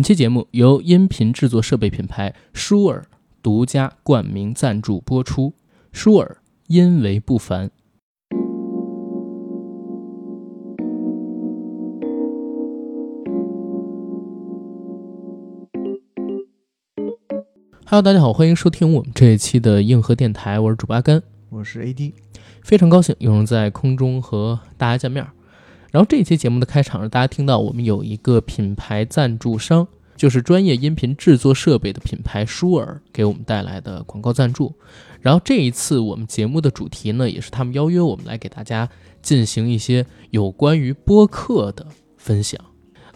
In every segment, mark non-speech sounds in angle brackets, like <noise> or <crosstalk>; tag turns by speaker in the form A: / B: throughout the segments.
A: 本期节目由音频制作设备品牌舒尔独家冠名赞助播出。舒尔，因为不凡。Hello，大家好，欢迎收听我们这一期的硬核电台，我是主播阿甘。
B: 我是 AD，
A: 非常高兴又能在空中和大家见面儿。然后这一期节目的开场，大家听到我们有一个品牌赞助商，就是专业音频制作设备的品牌舒尔给我们带来的广告赞助。然后这一次我们节目的主题呢，也是他们邀约我们来给大家进行一些有关于播客的分享。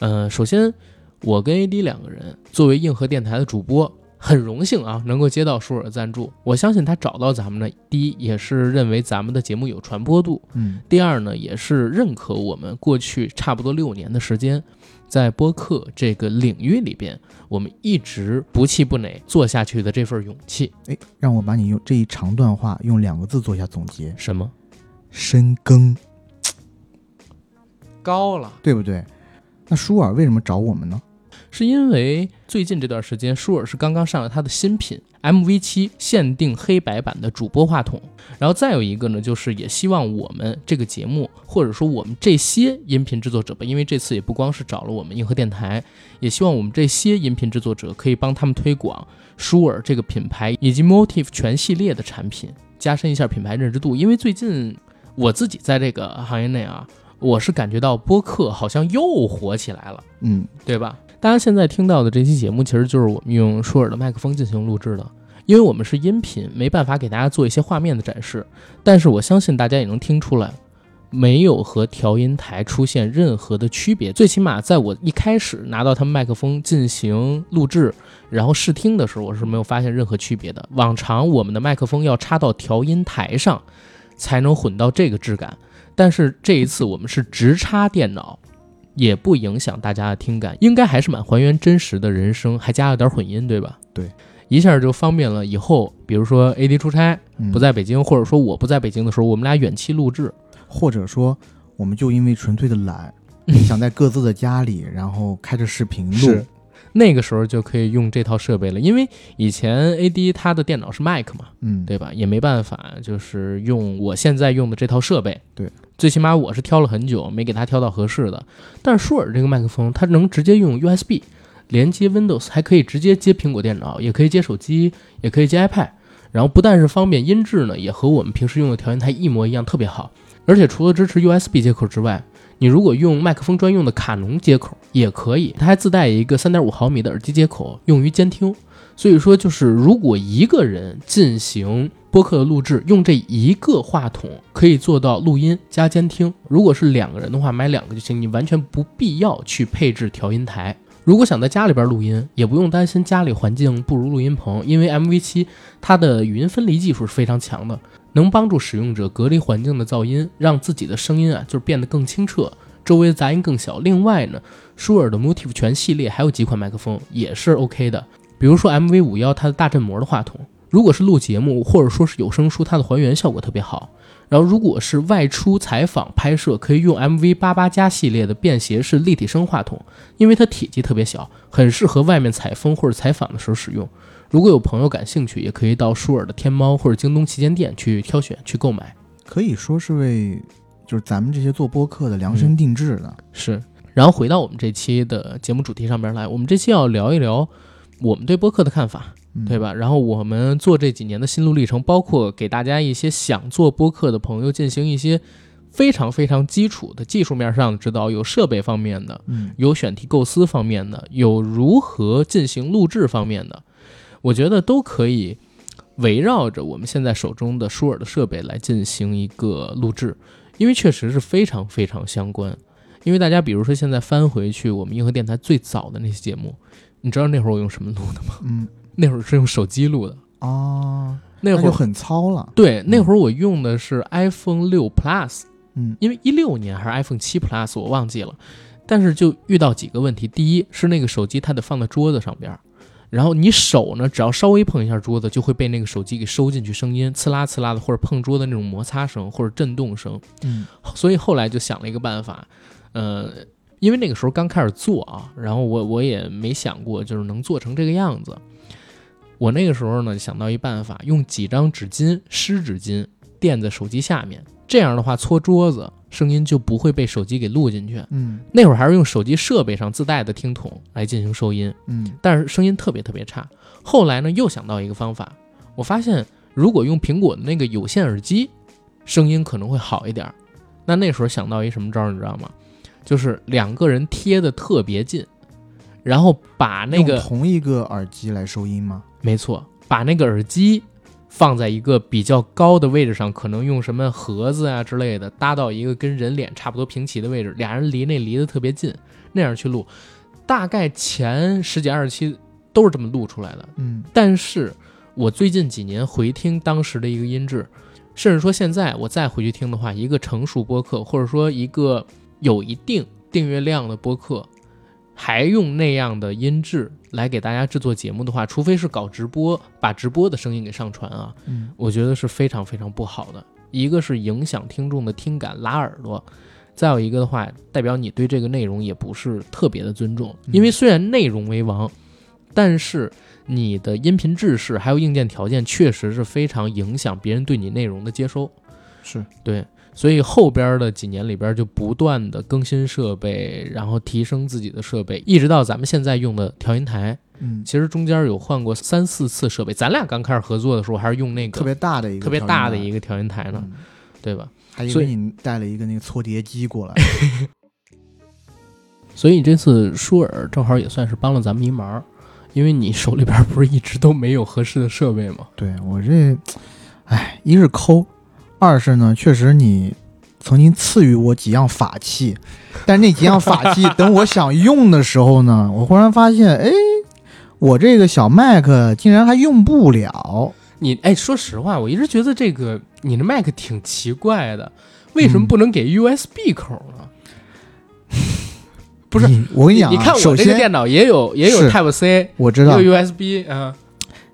A: 呃，首先我跟 AD 两个人作为硬核电台的主播，很荣幸啊，能够接到舒尔的赞助。我相信他找到咱们呢，第一也是认为咱们的节目有传播度，
B: 嗯，
A: 第二呢，也是认可我们过去差不多六年的时间，在播客这个领域里边，我们一直不气不馁做下去的这份勇气。
B: 哎，让我把你用这一长段话用两个字做一下总结：
A: 什么
B: 深耕，
A: 高了？
B: 对不对？那舒尔为什么找我们呢？
A: 是因为最近这段时间，舒尔是刚刚上了他的新品 MV 七限定黑白版的主播话筒，然后再有一个呢，就是也希望我们这个节目，或者说我们这些音频制作者吧，因为这次也不光是找了我们硬核电台，也希望我们这些音频制作者可以帮他们推广舒尔这个品牌以及 Motif 全系列的产品，加深一下品牌认知度。因为最近我自己在这个行业内啊，我是感觉到播客好像又火起来了。
B: 嗯，
A: 对吧？大家现在听到的这期节目，其实就是我们用舒尔的麦克风进行录制的，因为我们是音频，没办法给大家做一些画面的展示。但是我相信大家也能听出来，没有和调音台出现任何的区别。最起码在我一开始拿到他们麦克风进行录制，然后试听的时候，我是没有发现任何区别的。往常我们的麦克风要插到调音台上，才能混到这个质感，但是这一次我们是直插电脑。也不影响大家的听感，应该还是蛮还原真实的人声，还加了点混音，对吧？
B: 对，
A: 一下就方便了以后，比如说 AD 出差
B: 嗯
A: 不，在北京，或者说我不在北京的时候，我们俩远期录制，
B: 或者说我们就因为纯粹的
A: <laughs>
B: 懒，想在各自的家里，然后开着视频录
A: 是，那个时候就可以用这套设备了，因为以前 AD 他的电脑是 Mac 嘛，
B: 嗯，
A: 对吧？也没办法，就是用我现在用的这套设备。
B: 对，
A: 最起码我是挑了很久，没给他挑到合适的。但是舒尔这个麦克风，它能直接用 USB 连接 Windows，还可以直接接苹果电脑，也可以接手机，也可以接 iPad。然后不但是方便，音质呢也和我们平时用的调音台一模一样，特别好。而且除了支持 USB 接口之外，你如果用麦克风专用的卡农接口也可以，它还自带一个3.5毫米的耳机接口，用于监听。所以说，就是如果一个人进行播客的录制，用这一个话筒可以做到录音加监听。如果是两个人的话，买两个就行，你完全不必要去配置调音台。如果想在家里边录音，也不用担心家里环境不如录音棚，因为 MV 七它的语音分离技术是非常强的，能帮助使用者隔离环境的噪音，让自己的声音啊就是变得更清澈，周围的杂音更小。另外呢，舒尔的 Motif 全系列还有几款麦克风也是 OK 的，比如说 MV 五幺它的大振膜的话筒，如果是录节目或者说是有声书，它的还原效果特别好。然后如果是外出采访拍摄，可以用 MV 八八加系列的便携式立体声话筒，因为它体积特别小，很适合外面采风或者采访的时候使用。如果有朋友感兴趣，也可以到舒尔的天猫或者京东旗舰店去挑选去购买。
B: 可以说是为就是咱们这些做播客的量身定制的。
A: 是，然后回到我们这期的节目主题上边来，我们这期要聊一聊我们对播客的看法，
B: 嗯
A: 对吧？然后我们做这几年的心路历程，包括给大家一些想做播客的朋友进行一些非常非常基础的技术面上的指导，有设备方面的，
B: 嗯，
A: 有选题构思方面的，有如何进行录制方面的，我觉得都可以围绕着我们现在手中的舒尔的设备来进行一个录制，因为确实是非常非常相关。因为大家比如说现在翻回去我们硬核电台最早的那些节目，你知道那会儿我用什么录的吗？
B: 嗯
A: 那会儿是用手机录的，
B: 啊，
A: 那
B: 那
A: 会
B: 就
A: 儿。
B: 很糙了。
A: 对，那会儿我用的是 iPhone 六 Plus，
B: 嗯
A: 因为一六年还是 iPhone 七 Plus，我忘记了。但是就遇到几个问题，第一是那个手机它得放在桌子上边儿，然后你手呢，只要稍微碰一下桌子，就会被那个手机给收进去声音，刺啦刺啦的，或者碰桌的那种摩擦声或者震动声。
B: 嗯
A: 所以后来就想了一个办法，呃，因为那个时候刚开始做啊，然后我我也没想过就是能做成这个样子。我那个时候呢，想到一办法，用几张纸巾、湿纸巾垫在手机下面，这样的话搓桌子声音就不会被手机给录进去。
B: 嗯
A: 那会儿还是用手机设备上自带的听筒来进行收音，
B: 嗯
A: 但是声音特别特别差。后来呢，又想到一个方法，我发现如果用苹果的那个有线耳机，声音可能会好一点儿。那那时候想到一什么招儿，你知道吗？就是两个人贴的特别近，然后把那
B: 用
A: 个
B: 同一个耳机来收音吗？
A: 没错，把那个耳机放在一个比较高的位置上，可能用什么盒子啊之类的搭到一个跟人脸差不多平齐的位置，俩人离那离得特别近，那样去录。大概前十几二十期都是这么录出来的，
B: 嗯
A: 但是我最近几年回听当时的一个音质，甚至说现在我再回去听的话，一个成熟播客或者说一个有一定订阅量的播客，还用那样的音质来给大家制作节目的话，除非是搞直播，把直播的声音给上传啊，
B: 嗯，
A: 我觉得是非常非常不好的。一个是影响听众的听感，拉耳朵；再有一个的话，代表你对这个内容也不是特别的尊重。
B: 嗯
A: 因为虽然内容为王，但是你的音频制式还有硬件条件，确实是非常影响别人对你内容的接收。
B: 是
A: 对，所以后边的几年里边就不断的更新设备，然后提升自己的设备，一直到咱们现在用的调音台。
B: 嗯，
A: 其实中间有换过三四次设备，咱俩刚开始合作的时候还是用那个
B: 特别大的一个
A: 特别大的
B: 个
A: 一个调音台呢，
B: 嗯
A: 对吧？
B: 还以
A: 所以
B: 为你带了一个那个搓碟机过来。
A: 所以这次舒尔正好也算是帮了咱们一忙儿，因为你手里边儿不是一直都没有合适的设备吗？
B: <laughs> 对我这，哎，一是抠，二是呢，确实你曾经赐予我几样法器，但那几样法 <laughs> 器等我想用的时候呢，我忽然发现，哎，我这个小麦克竟然还用不了。
A: 你哎，说实话，我一直觉得这个你的麦克挺奇怪的，为什么
B: 嗯
A: 不能给 USB 口呢？不是
B: 你，我跟你讲、
A: 你
B: 啊，
A: 看我
B: 首
A: 这个
B: 先
A: 电脑也有也有
B: 是
A: Type C，
B: 我知
A: 也
B: 道
A: 有 USB 啊，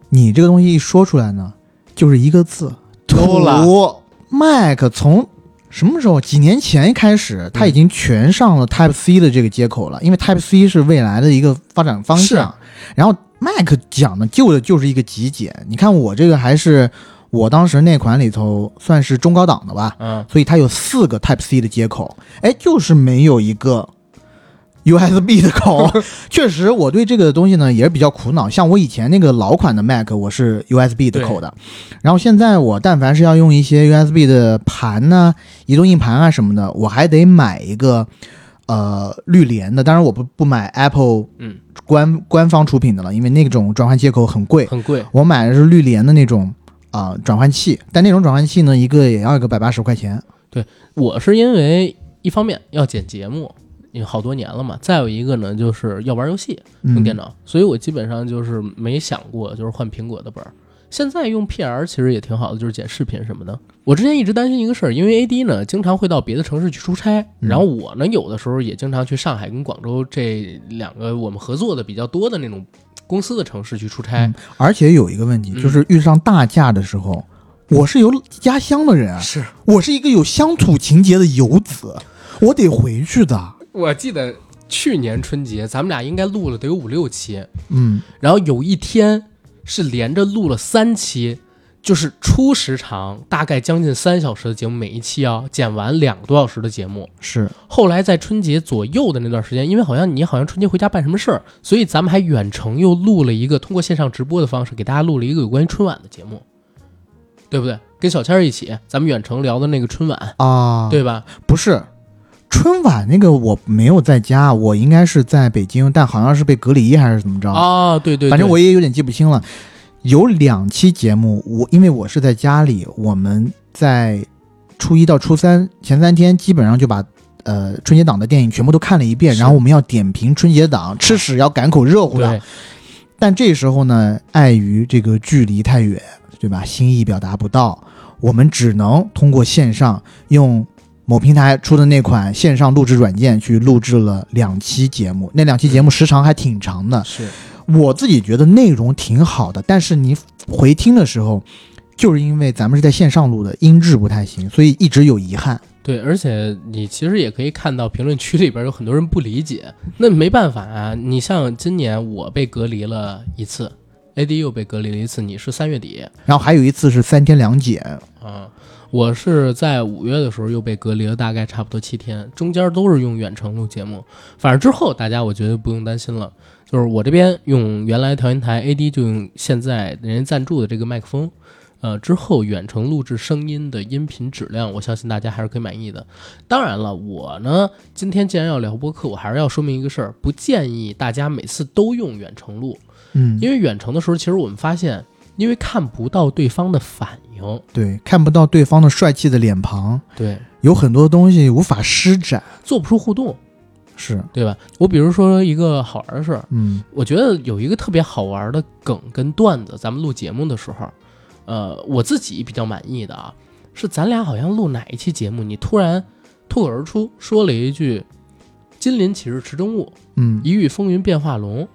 B: 你这个东西一说出来呢，就是一个字，
A: 偷懒
B: 土。麦克从什么时候？几年前开始，
A: 嗯
B: 它已经全上了 Type C 的这个接口了，因为 Type C 是未来的一个发展方向。然后 Mac 讲的究的就是一个极简。你看我这个还是我当时那款里头算是中高档的吧，
A: 嗯，
B: 所以它有四个 Type C 的接口，哎，就是没有一个 USB 的口。确实，我对这个东西呢也是比较苦恼。像我以前那个老款的 Mac，我是 USB 的口的，然后现在我但凡是要用一些 USB 的盘呢、移动硬盘啊什么的，我还得买一个。呃，绿联的，当然我不不买 Apple
A: 嗯
B: 官官方出品的了，因为那种转换接口很贵。
A: 很贵，
B: 我买的是绿联的那种啊、转换器，但那种转换器呢，一个也要一个百八十块钱。
A: 我是因为一方面要剪节目，因为好多年了嘛，再有一个呢就是要玩游戏，用
B: 嗯
A: 电脑，所以我基本上就是没想过就是换苹果的本儿。现在用 PR 其实也挺好的，就是剪视频什么的。我之前一直担心一个事儿，因为 AD 呢经常会到别的城市去出差，
B: 嗯
A: 然后我呢有的时候也经常去上海跟广州这两个我们合作的比较多的那种公司的城市去出差
B: 嗯。而且有一个问题，
A: 嗯
B: 就是遇上大假的时候，我是有家乡的人啊，
A: 是
B: 我是一个有乡土情节的游子，我得回去的。
A: 我记得去年春节咱们俩应该录了得有五六期，
B: 嗯，
A: 然后有一天是连着录了三期，就是初时长大概将近三小时的节目，每一期啊剪完两个多小时的节目。
B: 是
A: 后来在春节左右的那段时间，因为好像你好像春节回家办什么事儿，所以咱们还远程又录了一个通过线上直播的方式给大家录了一个有关于春晚的节目，对不对？跟小千儿一起，咱们远程聊的那个春晚，
B: 啊，，
A: 对吧？
B: 不是。春晚那个我没有在家，我应该是在北京，但好像是被隔离还是怎么着？
A: 啊，对对对，
B: 反正我也有点记不清了。有两期节目，我因为我是在家里，我们在初一到初三前三天，基本上就把呃春节档的电影全部都看了一遍，
A: 是
B: 然后我们要点评春节档，吃屎要赶口热乎的。
A: 对
B: 但这时候呢，碍于这个距离太远，对吧？心意表达不到，我们只能通过线上用某平台出的那款线上录制软件去录制了两期节目。那两期节目时长还挺长的，
A: 是
B: 我自己觉得内容挺好的，但是你回听的时候，就是因为咱们是在线上录的，音质不太行，所以一直有遗憾。
A: 对，而且你其实也可以看到评论区里边有很多人不理解，那没办法啊。你像今年我被隔离了一次，AD 又被隔离了一次，你是三月底，
B: 然后还有一次是三天两检，
A: 啊，我是在五月的时候又被隔离了，大概差不多七天，中间都是用远程录节目。反正之后大家我觉得不用担心了，就是我这边用原来调音台 AD 就用现在人家赞助的这个麦克风，呃，之后远程录制声音的音频质量，我相信大家还是可以满意的。当然了，我呢今天既然要聊播客，我还是要说明一个事儿，不建议大家每次都用远程录，
B: 嗯，
A: 因为远程的时候，其实我们发现，因为看不到对方的反应，
B: 对，看不到对方的帅气的脸庞，
A: 对。
B: 有很多东西无法施展，
A: 做不出互动，
B: 是，
A: 对吧？我比如说一个好玩的事儿，
B: 嗯
A: 我觉得有一个特别好玩的梗跟段子，咱们录节目的时候，呃，我自己比较满意的啊，是咱俩好像录哪一期节目，你突然脱口而出说了一句“金鳞岂是池中物，
B: 嗯
A: 一遇风云变化龙”，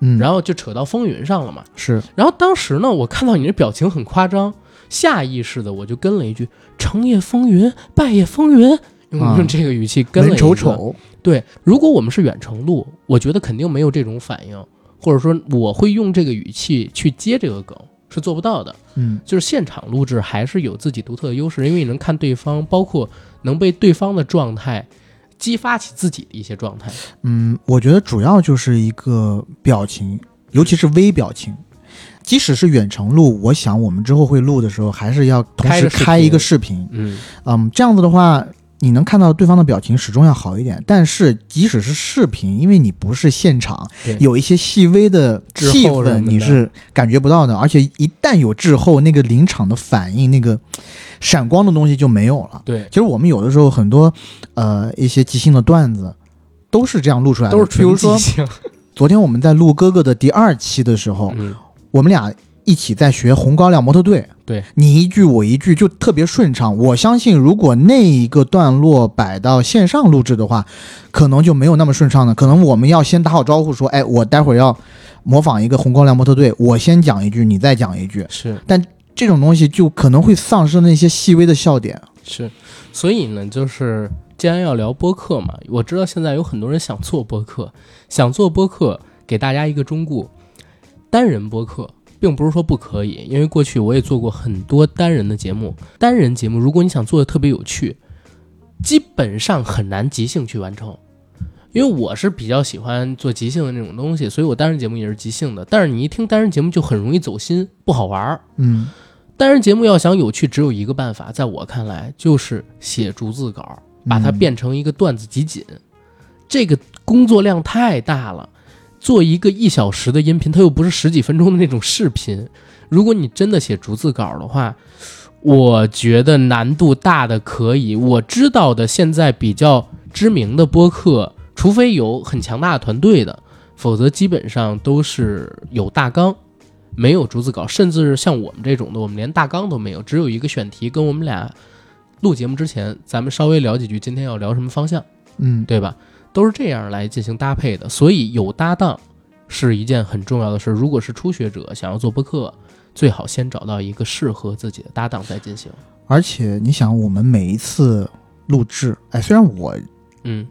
B: 嗯，
A: 然
B: 后
A: 后就扯到风云上了嘛。
B: 是，
A: 然后当时呢，我看到你的表情很夸张，下意识的我就跟了一句“成也风云，败也风云”，用
B: 啊
A: 用这个语气跟了
B: 文
A: 一个。
B: 丑丑，
A: 对，如果我们是远程录，我觉得肯定没有这种反应，或者说我会用这个语气去接这个梗，是做不到的。
B: 嗯
A: 就是现场录制还是有自己独特的优势，因为你能看对方，包括能被对方的状态激发起自己的一些状态。
B: 嗯，我觉得主要就是一个表情，尤其是微表情。即使是远程录，我想我们之后会录的时候，还是要同
A: 开
B: 时
A: 个视频
B: 开一个视频，
A: 嗯，
B: 嗯，这样子的话，你能看到对方的表情始终要好一点。但是即使是视频，因为你不是现场
A: 对，
B: 有一些细微的
A: 滞
B: 气
A: 后
B: 氛
A: 什么的
B: 你是感觉不到的。而且一旦有滞后，那个临场的反应，那个闪光的东西就没有了。
A: 对，
B: 其实我们有的时候很多呃一些即兴的段子都是这样录出来的，
A: 都是
B: 比如
A: 纯
B: 说
A: 即兴。
B: 昨天我们在录哥哥的第二期的时候，
A: 嗯，
B: 我们俩一起在学红高粱模特队，
A: 对
B: 你一句我一句就特别顺畅。我相信，如果那一个段落摆到线上录制的话，可能就没有那么顺畅了。可能我们要先打好招呼，说，哎，我待会儿要模仿一个红高粱模特队，我先讲一句，你再讲一句。
A: 是
B: 这种东西就可能会丧失那些细微的笑点。
A: 是，所以呢，就是既然要聊播客嘛，我知道现在有很多人想做播客，想做播客，给大家一个忠告：单人播客并不是说不可以，因为过去我也做过很多单人的节目。单人节目，如果你想做的特别有趣，基本上很难即兴去完成。因为我是比较喜欢做即兴的那种东西，所以我单人节目也是即兴的。但是你一听单人节目就很容易走心，不好玩儿。
B: 嗯，
A: 单人节目要想有趣，只有一个办法，在我看来就是写逐字稿，把
B: 嗯
A: 它变成一个段子集锦。这个工作量太大了，做一个一小时的音频，它又不是十几分钟的那种视频。如果你真的写逐字稿的话，我觉得难度大的可以。我知道的现在比较知名的播客，除非有很强大的团队的，否则基本上都是有大纲，没有逐字稿，甚至是像我们这种的，我们连大纲都没有，只有一个选题。跟我们俩录节目之前，咱们稍微聊几句，今天要聊什么方向，
B: 嗯，嗯，
A: 对吧？都是这样来进行搭配的，所以有搭档是一件很重要的事。如果是初学者想要做播客，最好先找到一个适合自己的搭档再进行。
B: 而且你想，我们每一次录制，哎，虽然我
A: 嗯，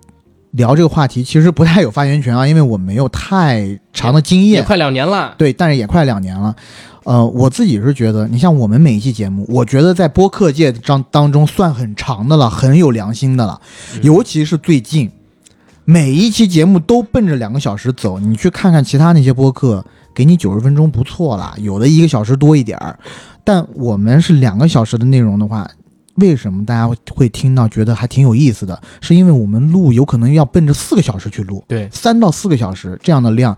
B: 聊这个话题其实不太有发言权啊，因为我没有太长的经
A: 也
B: 验，
A: 快两年了，
B: 对，但是也快两年了。呃，我自己是觉得，你像我们每一期节目，我觉得在播客界当当中算很长的了，很有良心的了。
A: 嗯
B: 尤其是最近，每一期节目都奔着两个小时走。你去看看其他那些播客，给你九十分钟不错啦，有的一个小时多一点儿。但我们是两个小时的内容的话，为什么大家会会听到觉得还挺有意思的？是因为我们录有可能要奔着四个小时去录。
A: 对
B: 三到四个小时这样的量，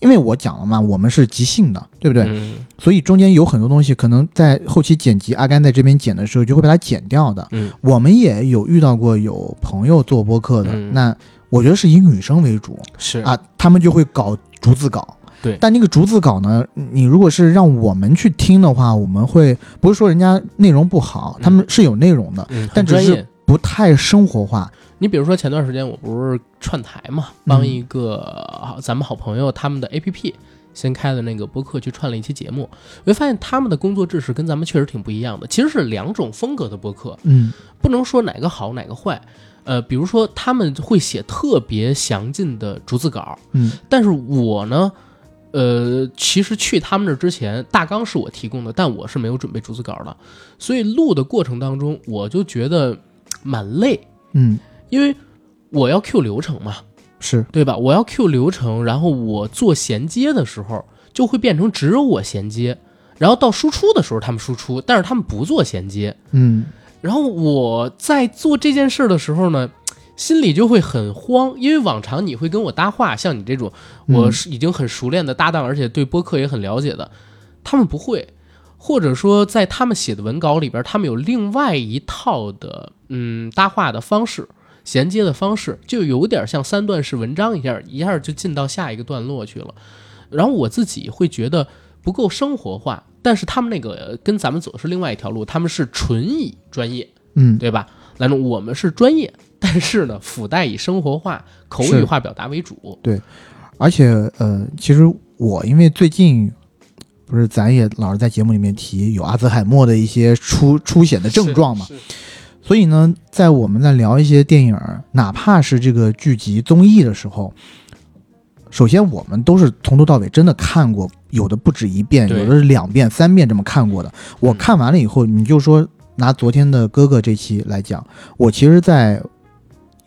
B: 因为我讲了嘛，我们是即兴的，对不对？
A: 嗯
B: 所以中间有很多东西可能在后期剪辑，阿甘在这边剪的时候就会把它剪掉的。
A: 嗯，
B: 我们也有遇到过有朋友做播客的，
A: 嗯
B: 那我觉得是以女生为主
A: 是
B: 啊，他们就会搞逐字稿。
A: 对
B: 但那个逐字稿呢，你如果是让我们去听的话，我们会不是说人家内容不好，他们是有内容的，
A: 嗯，很
B: 但只
A: 专
B: 是
A: 业。
B: 不太生活化。
A: 你比如说前段时间我不是串台嘛，帮一个好咱们好朋友他们的 A P P 先开了那个播客去串了一期节目，我就发现他们的工作制式跟咱们确实挺不一样的，其实是两种风格的播客，
B: 嗯
A: 不能说哪个好哪个坏。呃，比如说他们会写特别详尽的逐字稿，
B: 嗯
A: 但是我呢，呃，其实去他们那儿之前，大纲是我提供的，但我是没有准备逐字稿的，所以录的过程当中，我就觉得蛮累，
B: 嗯，
A: 因为我要 Q 流程嘛，
B: 是，
A: 对吧？我要 Q 流程，然后我做衔接的时候，就会变成只有我衔接，然后到输出的时候他们输出，但是他们不做衔接，
B: 嗯
A: 然后我在做这件事儿的时候呢。心里就会很慌，因为往常你会跟我搭话，像你这种我是已经很熟练的搭档，而且对播客也很了解的，他们不会，或者说在他们写的文稿里边，他们有另外一套的嗯搭话的方式。衔接的方式就有点像三段式文章一样，一下就进到下一个段落去了。然后我自己会觉得不够生活化，但是他们那个呃跟咱们走的是另外一条路，他们是纯以专业，
B: 嗯，
A: 对吧？兰总，我们是专业，但是呢，附带以生活化、口语
B: 是
A: 化表达为主。
B: 而且呃，其实我因为最近不是咱也老是在节目里面提有阿兹海默的一些出出显的症状嘛，
A: 是？是
B: 所以呢，在我们在聊一些电影儿，哪怕是这个剧集、综艺的时候，首先我们都是从头到尾真的看过，有的不止一遍，
A: 对
B: 有的是两遍、三遍这么看过的。我
A: 嗯
B: 看完了以后，你就说拿昨天的哥哥这期来讲，我其实在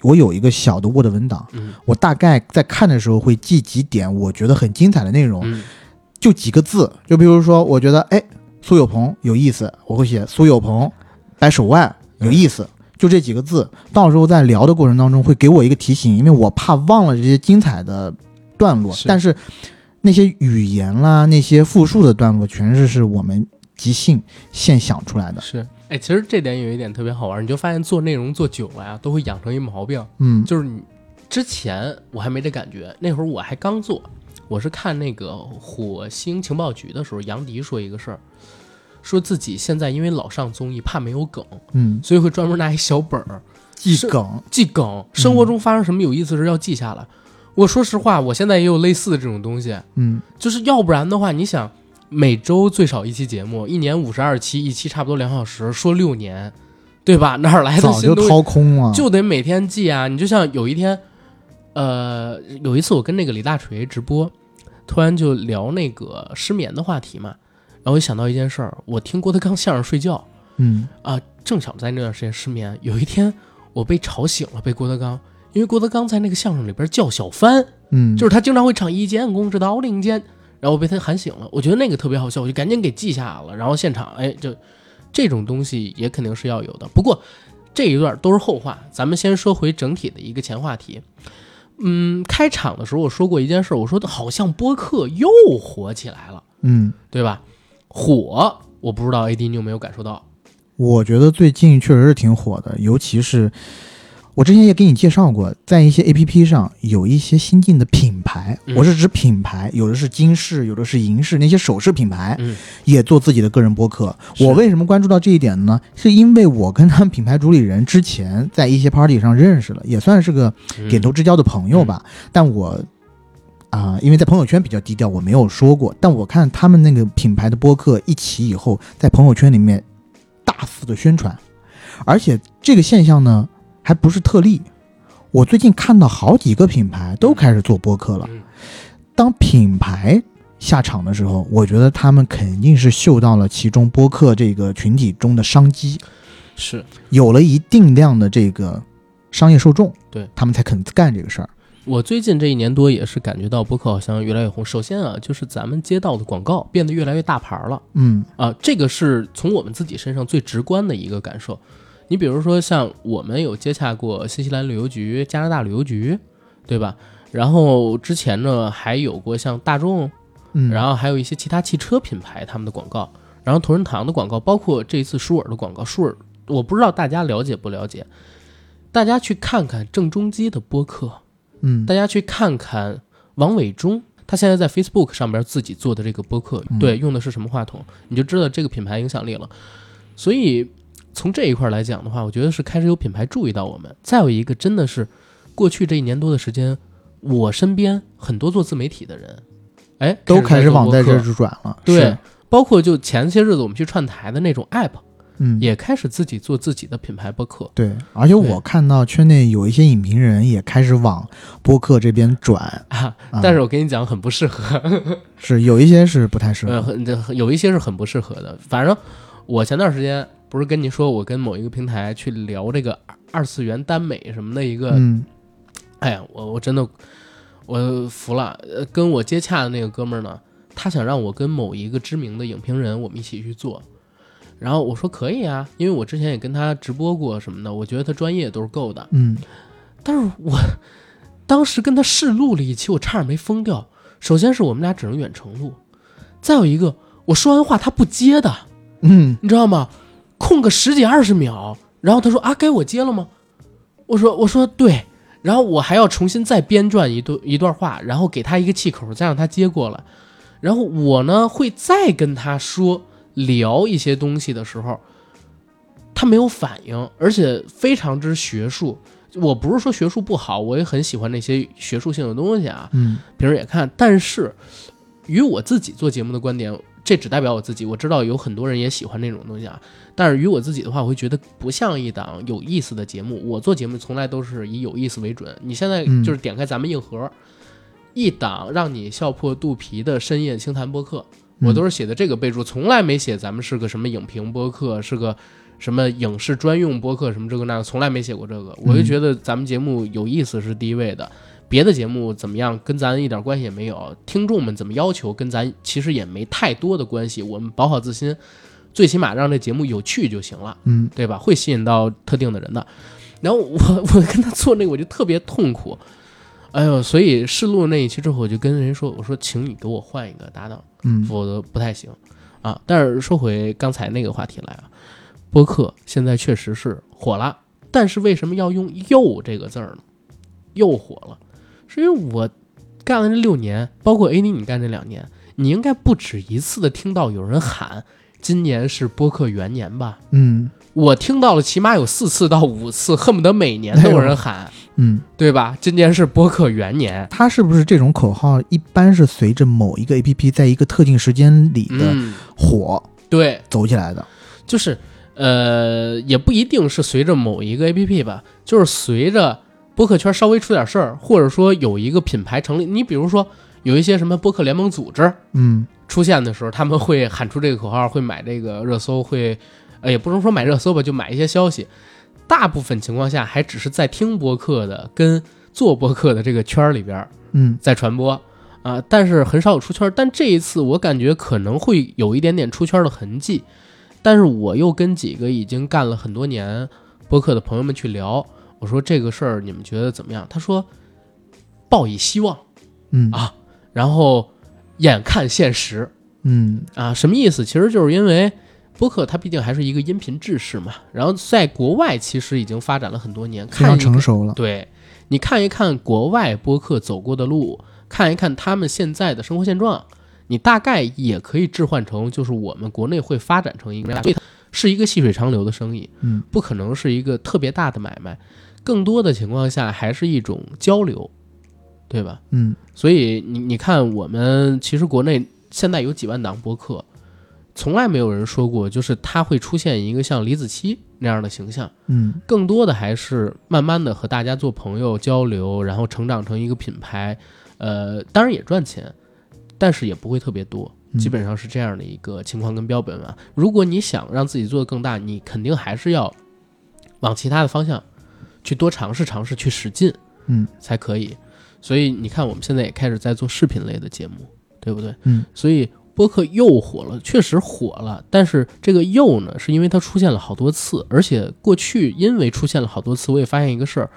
B: 我有一个小的 Word 文档，
A: 嗯
B: 我大概在看的时候会记几点我觉得很精彩的内容，
A: 嗯
B: 就几个字，就比如说，我觉得哎，苏有朋有意思，我会写苏有朋掰手腕有意思，就这几个字。到时候在聊的过程当中会给我一个提醒，因为我怕忘了这些精彩的段落，
A: 是
B: 但是那些语言啦，那些复述的段落，全是是我们即兴现想出来的。
A: 是。哎，其实这点有一点特别好玩，你就发现做内容做久了呀，都会养成一毛病，
B: 嗯
A: 就是你之前我还没这感觉，那会儿我还刚做，我是看那个火星情报局的时候，杨迪说一个事儿，说自己现在因为老上综艺，怕没有梗，
B: 嗯，
A: 所以会专门拿一小本儿
B: 记
A: 是
B: 梗，
A: 记梗，生活中发生什么有意思的事要记下来。我说实话，我现在也有类似的这种东西，
B: 嗯
A: 就是要不然的话，你想每周最少一期节目，一年五十二期，一期差不多两小时，说六年，对吧？哪儿来的
B: 早
A: 新
B: 就
A: 东西？
B: 掏空了。
A: 就得每天记啊。你就像有一天，呃，有一次我跟那个李大锤直播，突然就聊那个失眠的话题嘛，然后我就想到一件事儿，我听郭德纲相声睡觉
B: 嗯
A: 啊、正巧在那段时间失眠。有一天我被吵醒了，被郭德纲，因为郭德纲在那个相声里边叫小帆，
B: 嗯，
A: 就是他经常会唱一剑公之道令箭，然后我被他喊醒了，我觉得那个特别好笑，我就赶紧给记下了。然后现场，哎，就这种东西也肯定是要有的。不过这一段都是后话，咱们先说回整体的一个前话题。嗯，开场的时候我说过一件事，我说好像播客又火起来了，
B: 嗯。
A: 对吧？火，我不知道 AD 你有没有感受到？
B: 我觉得最近确实是挺火的，尤其是我之前也给你介绍过，在一些 A P P 上有一些新进的品牌，
A: 嗯
B: 我是指品牌，有的是金饰，有的是银饰，那些首饰品牌
A: 嗯
B: 也做自己的个人播客。
A: 是
B: 我为什么关注到这一点呢？是因为我跟他们品牌主理人之前在一些 party 上认识了，也算是个
A: 嗯
B: 点头之交的朋友吧。但我啊、因为在朋友圈比较低调，我没有说过。但我看他们那个品牌的播客一起以后，在朋友圈里面大肆的宣传，而且这个现象呢还不是特例。我最近看到好几个品牌都开始做播客了。
A: 嗯
B: 当品牌下场的时候，我觉得他们肯定是嗅到了其中播客这个群体中的商机。
A: 是
B: 有了一定量的这个商业受众，
A: 对
B: 他们才肯干这个事儿。
A: 我最近这一年多也是感觉到播客好像越来越红。首先啊，就是咱们接到的广告变得越来越大牌了。
B: 嗯
A: 啊，这个是从我们自己身上最直观的一个感受。你比如说，像我们有接洽过新西兰旅游局、加拿大旅游局，对吧？然后之前呢，还有过像大众，
B: 嗯，
A: 然后还有一些其他汽车品牌他们的广告，然后同仁堂的广告，包括这一次舒尔的广告。舒尔，我不知道大家了解不了解，大家去看看郑中基的播客，
B: 嗯
A: 大家去看看王伟忠，他现在在 Facebook 上边自己做的这个播客，
B: 嗯
A: 对，用的是什么话筒，你就知道这个品牌影响力了。所以从这一块来讲的话，我觉得是开始有品牌注意到我们。再有一个，真的是过去这一年多的时间，我身边很多做自媒体的人，哎，
B: 都开始
A: 做
B: 往
A: 播
B: 在这
A: 客
B: 儿转了。
A: 对
B: 是，
A: 包括就前些日子我们去串台的那种 app，
B: 嗯，
A: 也开始自己做自己的品牌播客。
B: 对。而且
A: 对
B: 我看到圈内有一些影评人也开始往播客这边转，
A: 啊
B: 啊，
A: 但是我跟你讲，很不适合，
B: 是有一些是不太适合。
A: 呃，很这有一些是很不适合的。反正我前段时间不是跟你说，我跟某一个平台去聊这个二二次元耽美什么的一个，
B: 嗯，
A: 哎呀，我我真的我服了。呃，跟我接洽的那个哥们儿呢，他想让我跟某一个知名的影评人我们一起去做，然后我说可以啊，因为我之前也跟他直播过什么的，我觉得他专业都是够的。
B: 嗯，
A: 但是我当时跟他试录了一期，我差点没疯掉。首先是我们俩只能远程录，再有一个我说完话他不接的，
B: 嗯，
A: 你知道吗？空个十几二十秒，然后他说啊，该我接了吗？我说我说对，然后我还要重新再编撰一段一段话，然后给他一个气口，再让他接过来。然后我呢会再跟他说聊一些东西的时候，他没有反应，而且非常之学术。我不是说学术不好，我也很喜欢那些学术性的东西啊，
B: 嗯，
A: 平时也看，但是与我自己做节目的观点，这只代表我自己。我知道有很多人也喜欢那种东西啊，但是与我自己的话，我会觉得不像一档有意思的节目。我做节目从来都是以有意思为准。你现在
B: 嗯
A: 就是点开咱们硬核，一档让你笑破肚皮的深夜清谈播客，我都
B: 是
A: 是写的这个备注，从来没写咱们是个什么影评播客，是个什么影视专用播客，什么这个那个，从来没写过这个。我就觉得咱们节目有意思是第一位的，别的节目怎么样跟咱一点关系也没有，听众们怎么要求跟咱其实也没太多的关系。我们保好自新，最起码让这节目有趣就行了。
B: 嗯
A: 对吧？会吸引到特定的人的。然后我 <laughs> 我跟他做那个，我就特别痛苦，哎呦！所以试录那一期之后，我就跟人说：“我说，请你给我换一个搭档，
B: 嗯
A: 否则不太行啊。”但是说回刚才那个话题来啊，播客现在确实是火了，但是为什么要用“又”这个字儿呢？又火了，是因为我干了这六年，包括 AD 你干这两年，你应该不止一次的听到有人喊“今年是播客元年”吧？
B: 嗯
A: 我听到了起码有四次到五次，恨不得每年都有人喊，
B: 嗯，
A: 对吧？今年是播客元年，
B: 它是不是这种口号一般是随着某一个 A P P 在一个特定时间里的
A: 嗯，
B: 火
A: 对，
B: 走起来的？
A: 就是呃，也不一定是随着某一个 APP 吧，就是随着播客圈稍微出点事儿，或者说有一个品牌成立，你比如说有一些什么播客联盟组织
B: 嗯
A: 出现的时候，他们会喊出这个口号，会买这个热搜，会呃，也不能说买热搜吧，就买一些消息。大部分情况下还只是在听播客的跟做播客的这个圈儿里边儿。
B: 嗯
A: 在传播啊、但是很少有出圈儿。但这一次我感觉可能会有一点点出圈儿的痕迹，但是我又跟几个已经干了很多年播客的朋友们去聊，我说这个事儿你们觉得怎么样？他说抱以希望，
B: 嗯
A: 啊然后眼看现实，
B: 嗯
A: 啊，什么意思？其实就是因为播客它毕竟还是一个音频制式嘛，然后在国外其实已经发展了很多年，
B: 非
A: 看
B: 常
A: 一个
B: 成熟了。
A: 对，你看一看国外播客走过的路，看一看他们现在的生活现状，你大概也可以置换成，就是我们国内会发展成一个，所以它是一个细水长流的生意，
B: 嗯，
A: 不可能是一个特别大的买卖，更多的情况下还是一种交流，对吧？
B: 嗯
A: 所以你你看，我们其实国内现在有几万档播客，从来没有人说过，就是它会出现一个像李子柒那样的形象，
B: 嗯
A: 更多的还是慢慢的和大家做朋友交流，然后成长成一个品牌，呃，当然也赚钱，但是也不会特别多，
B: 嗯
A: 基本上是这样的一个情况跟标本啊。如果你想让自己做得更大，你肯定还是要往其他的方向去多尝试尝试，去使劲，
B: 嗯，
A: 才可以。所以你看，我们现在也开始在做视频类的节目，对不对？
B: 嗯，
A: 所以播客又火了，确实火了。但是这个又呢，是因为它出现了好多次，而且过去因为出现了好多次，我也发现一个事儿，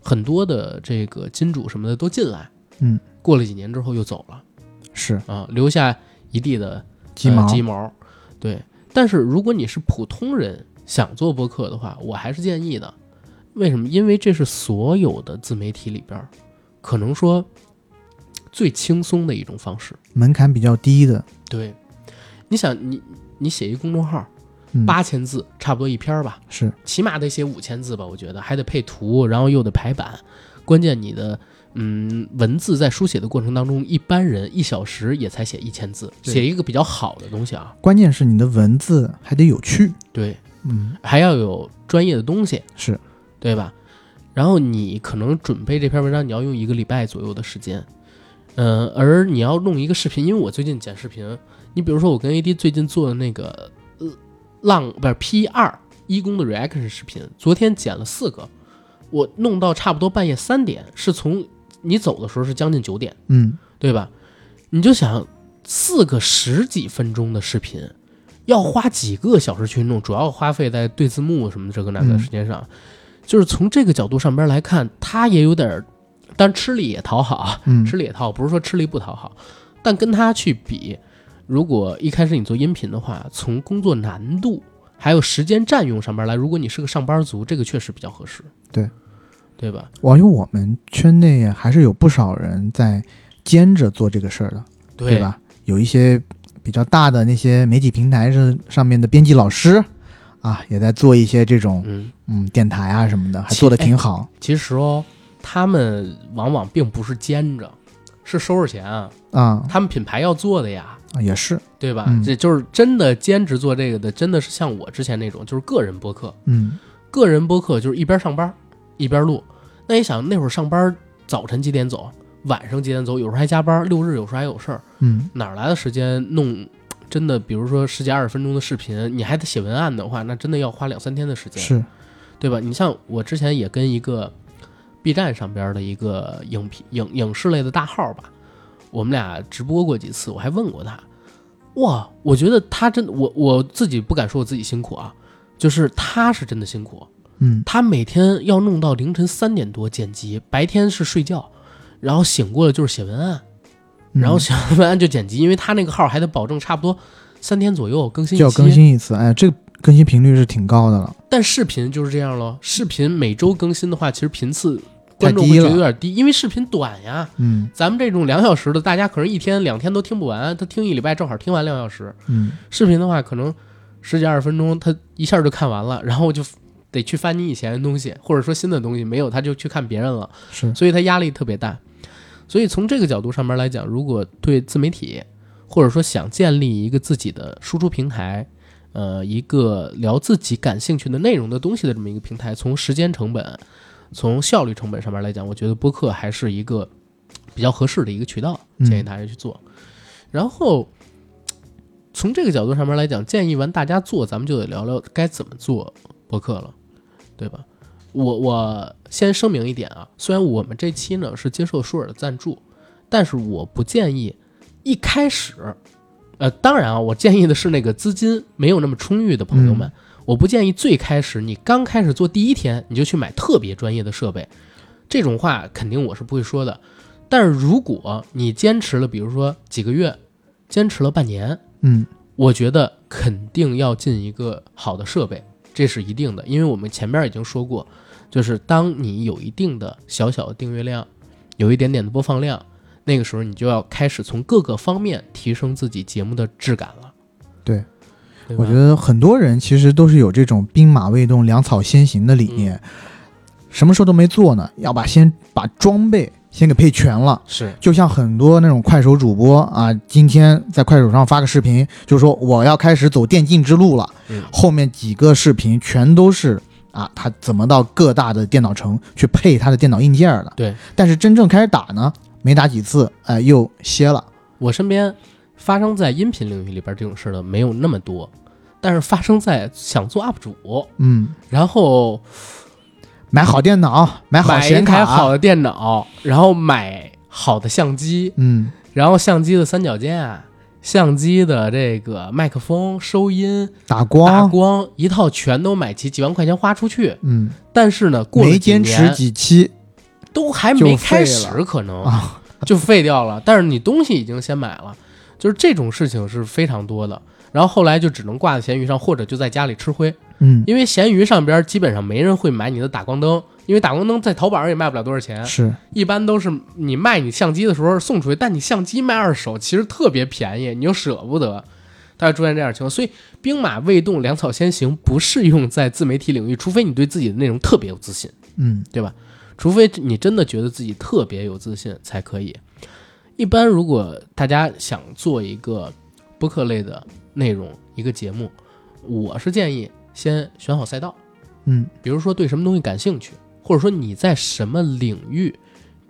A: 很多的这个金主什么的都进来，
B: 嗯，
A: 过了几年之后又走了
B: 是
A: 啊，留下一地的
B: 鸡
A: 呃
B: 毛。
A: 鸡毛。对，但是如果你是普通人想做播客的话，我还是建议的。为什么？因为这是所有的自媒体里边儿，可能说最轻松的一种方式。
B: 门槛比较低的，
A: 对，你想，你你写一公众号
B: 嗯，
A: 八千字，差不多一篇儿吧，
B: 是
A: 起码得写五千字吧，我觉得还得配图，然后又得排版，关键你的嗯，文字在书写的过程当中，一般人一小时也才写一千字，
B: 对
A: 写一个比较好的东西啊，
B: 关键是你的文字还得有趣，
A: 对，
B: 嗯，
A: 还要有专业的东西，
B: 是
A: 对吧？然后你可能准备这篇文章，你要用一个礼拜左右的时间，嗯、而你要弄一个视频，因为我最近剪视频，你比如说我跟 AD 最近做的那个呃浪不是 P 二一公的 reaction 视频，昨天剪了四个，我弄到差不多半夜三点，是从你走的时候是将近九点，
B: 嗯，
A: 对吧？你就想四个十几分钟的视频，要花几个小时去弄，主要花费在对字幕什么这个那个
B: 嗯
A: 时间上。就是从这个角度上边来看，他也有点儿，但吃力也讨好啊，
B: 嗯
A: 吃力也讨好，不是说吃力不讨好，但跟他去比，如果一开始你做音频的话，从工作难度还有时间占用上边来，如果你是个上班族，这个确实比较合适，
B: 对，
A: 对吧？
B: 我因为我们圈内还是有不少人在兼着做这个事儿的，
A: 对
B: 对吧？有一些比较大的那些媒体平台上上面的编辑老师啊，也在做一些这种
A: 嗯，
B: 嗯电台啊什么的，还
A: 其
B: 做的挺好
A: 其实哦，他们往往并不是兼着，是收着钱啊，
B: 啊、
A: 他们品牌要做的呀，
B: 啊也是，
A: 对吧？
B: 嗯
A: 这就是真的兼职做这个的，真的是像我之前那种，就是个人播客，
B: 嗯
A: 个人播客就是一边上班一边录。那你想那会儿上班早晨几点走，晚上几点走，有时候还加班，六日有时候还有事儿，
B: 嗯
A: 哪来的时间弄？真的，比如说十几二十分钟的视频，你还得写文案的话，那真的要花两三天的时间。
B: 是，
A: 对吧？你像我之前也跟一个 B 站上边的一个影评影影视类的大号吧，我们俩直播过几次，我还问过他，哇，我觉得他真我我自己不敢说我自己辛苦啊，就是他是真的辛苦，
B: 嗯
A: 他每天要弄到凌晨三点多剪辑，白天是睡觉，然后醒过来就是写文案，
B: 嗯
A: 然后写完文案就剪辑，因为他那个号还得保证差不多三天左右更新一
B: 就要
A: 期
B: 更新一次，哎，这个更新频率是挺高的了，
A: 但视频就是这样咯，视频每周更新的话，其实频次观众
B: 太低
A: 会觉
B: 了
A: 得有点低，因为视频短呀。
B: 嗯
A: 咱们这种两小时的，大家可能一天两天都听不完，他听一礼拜正好听完两小时。
B: 嗯
A: 视频的话，可能十几二十分钟，他一下就看完了，然后就得去翻你以前的东西，或者说新的东西没有，他就去看别人了，
B: 是，
A: 所以他压力特别大。所以从这个角度上面来讲，如果对自媒体，或者说想建立一个自己的输出平台，呃，一个聊自己感兴趣的内容的东西的这么一个平台，从时间成本、从效率成本上面来讲，我觉得播客还是一个比较合适的一个渠道，
B: 嗯
A: 建议大家去做。然后从这个角度上面来讲，建议完大家做，咱们就得聊聊该怎么做播客了，对吧？我我先声明一点啊，虽然我们这期呢是接受舒尔的赞助，但是我不建议一开始，呃，当然啊，我建议的是那个资金没有那么充裕的朋友们，我不建议最开始你刚开始做第一天你就去买特别专业的设备，这种话肯定我是不会说的。但是如果你坚持了，比如说几个月，坚持了半年，
B: 嗯
A: 我觉得肯定要进一个好的设备，这是一定的，因为我们前面已经说过，就是当你有一定的小小的订阅量，有一点点的播放量，那个时候你就要开始从各个方面提升自己节目的质感了。
B: 对
A: 对吧，
B: 我觉得很多人其实都是有这种兵马未动，粮草先行的理
A: 嗯
B: 念，什么时候都没做呢，要把先把装备先给配全了。
A: 是
B: 就像很多那种快手主播啊，今天在快手上发个视频，就说我要开始走电竞之路了，
A: 嗯
B: 后面几个视频全都是啊，他怎么到各大的电脑城去配他的电脑硬件的。
A: 对
B: 但是真正开始打呢，没打几次，哎、又歇了。
A: 我身边发生在音频领域里边这种事儿的没有那么多，但是发生在想做 UP 主，
B: 嗯，
A: 然后
B: 买好电脑，买好
A: 买一
B: 显
A: 台
B: 卡，
A: 好的电脑，然后买好的相机，
B: 嗯
A: 然后相机的三脚架、相机的这个麦克风、收音、
B: 打
A: 打
B: 光，
A: 光，一套全都买齐，几万块钱花出去。
B: 嗯，
A: 但是呢，过了
B: 没
A: 几
B: 坚持
A: 年哦
B: 几期
A: 都还
B: 就
A: 没开
B: 废
A: 始，
B: 了
A: 可能 <laughs>
B: 啊，
A: 就废掉了。但是你东西已经先买了，就是这种事情是非常多的。然后后来就只能挂在闲鱼上，或者就在家里吃灰，
B: 嗯，
A: 因为闲鱼上边基本上没人会买你的打光灯，因为打光灯在淘宝上也卖不了多少钱，
B: 是，
A: 一般都是你卖你相机的时候送出去，但你相机卖二手其实特别便宜，你又舍不得，它就出现这样的情况。所以兵马未动，粮草先行不适用在自媒体领域，除非你对自己的内容特别有自信，
B: 嗯
A: 对吧？除非你真的觉得自己特别有自信才可以。一般如果大家想做一个播客类的内容，一个节目，我是建议先选好赛道，
B: 嗯
A: 比如说对什么东西感兴趣，或者说你在什么领域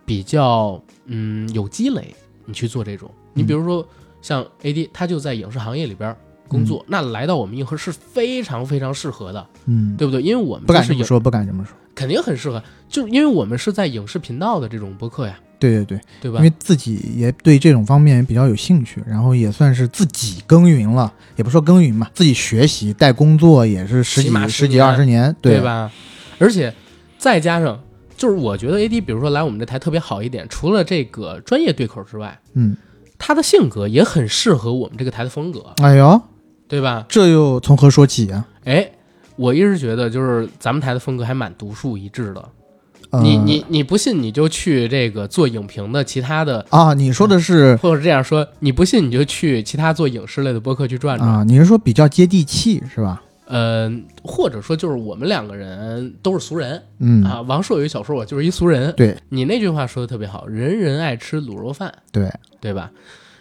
A: 比较嗯有积累，你去做这种。你
B: 嗯
A: 比如说像 AD，他就在影视行业里边工作，那来到我们硬核是非常非常适合的，
B: 嗯，
A: 对不对？因为我们
B: 不
A: 就
B: 敢
A: 是
B: 这么
A: 影，
B: 说，不敢这么说。
A: 肯定很适合，就是因为我们是在影视频道的这种播客呀，
B: 对对对，
A: 对吧
B: 因为？自己也对这种方面比较有兴趣，然后也算是自己耕耘了，也不说耕耘吧，自己学习带工作也是十
A: 起
B: 几
A: 码
B: 十
A: 10
B: 几
A: 年
B: 二十年，
A: 对
B: 对？啊
A: 吧？而且再加上，就是我觉得 AD，比如说来我们这台特别好一点，除了这个专业对口之外，
B: 嗯，
A: 他的性格也很适合我们这个台的风格，
B: 哎呦，
A: 对吧？
B: 这又从何说起啊？
A: 哎，我一直觉得就是咱们台的风格还蛮独树一帜的。
B: 呃、
A: 你你你不信，你就去这个做影评的其他的，
B: 啊，你说的是
A: 或者这样说，你不信你就去其他做影视类的播客去转转。
B: 啊，你是说比较接地气是吧？
A: 嗯、或者说就是我们两个人都是俗人、
B: 嗯，
A: 啊。王朔有一小说，我就是一俗人。
B: 对
A: 你那句话说的特别好，人人爱吃卤肉饭，
B: 对，
A: 对吧？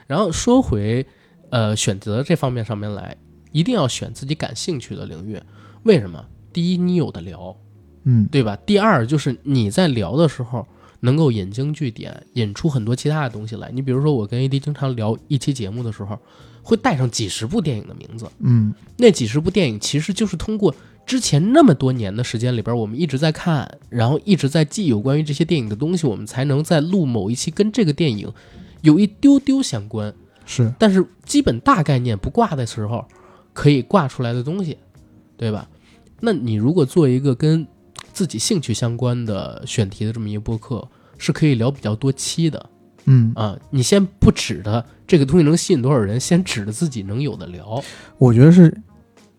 A: 然后说回呃选择这方面上面来，一定要选自己感兴趣的领域。为什么？第一，你有的聊，
B: 嗯
A: 对吧？第二，就是你在聊的时候能够引经据典，引出很多其他的东西来。你比如说，我跟 AD 经常聊一期节目的时候，会带上几十部电影的名字。
B: 嗯
A: 那几十部电影其实就是通过之前那么多年的时间里边，我们一直在看，然后一直在记有关于这些电影的东西，我们才能在录某一期跟这个电影有一丢丢相关，
B: 是，
A: 但是基本大概念不挂的时候，可以挂出来的东西，对吧？那你如果做一个跟自己兴趣相关的选题的这么一个播客，是可以聊比较多期的
B: 嗯，
A: 啊。你先不指着这个东西能吸引多少人，先指着自己能有的聊。
B: 我觉得是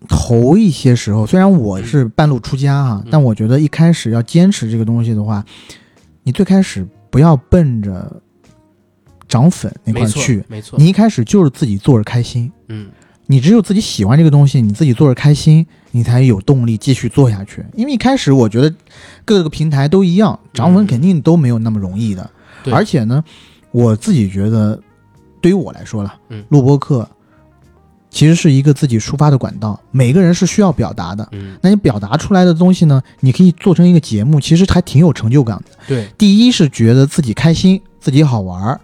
B: 头一些时候，虽然我是半路出家啊，
A: 嗯
B: 但我觉得一开始要坚持这个东西的话，你最开始不要奔着涨粉那
A: 没
B: 块
A: 错
B: 去，，
A: 没错，
B: 你一开始就是自己做着开心。
A: 嗯。
B: 你只有自己喜欢这个东西，你自己做着开心，你才有动力继续做下去。因为一开始我觉得各个平台都一样，涨粉
A: 嗯
B: 肯定都没有那么容易的。
A: 对
B: 而且呢，我自己觉得，对于我来说了，
A: 嗯
B: 录播课其实是一个自己抒发的管道，每个人是需要表达的。
A: 嗯，
B: 那你表达出来的东西呢，你可以做成一个节目，其实还挺有成就感的。
A: 对，
B: 第一是觉得自己开心，自己好玩儿，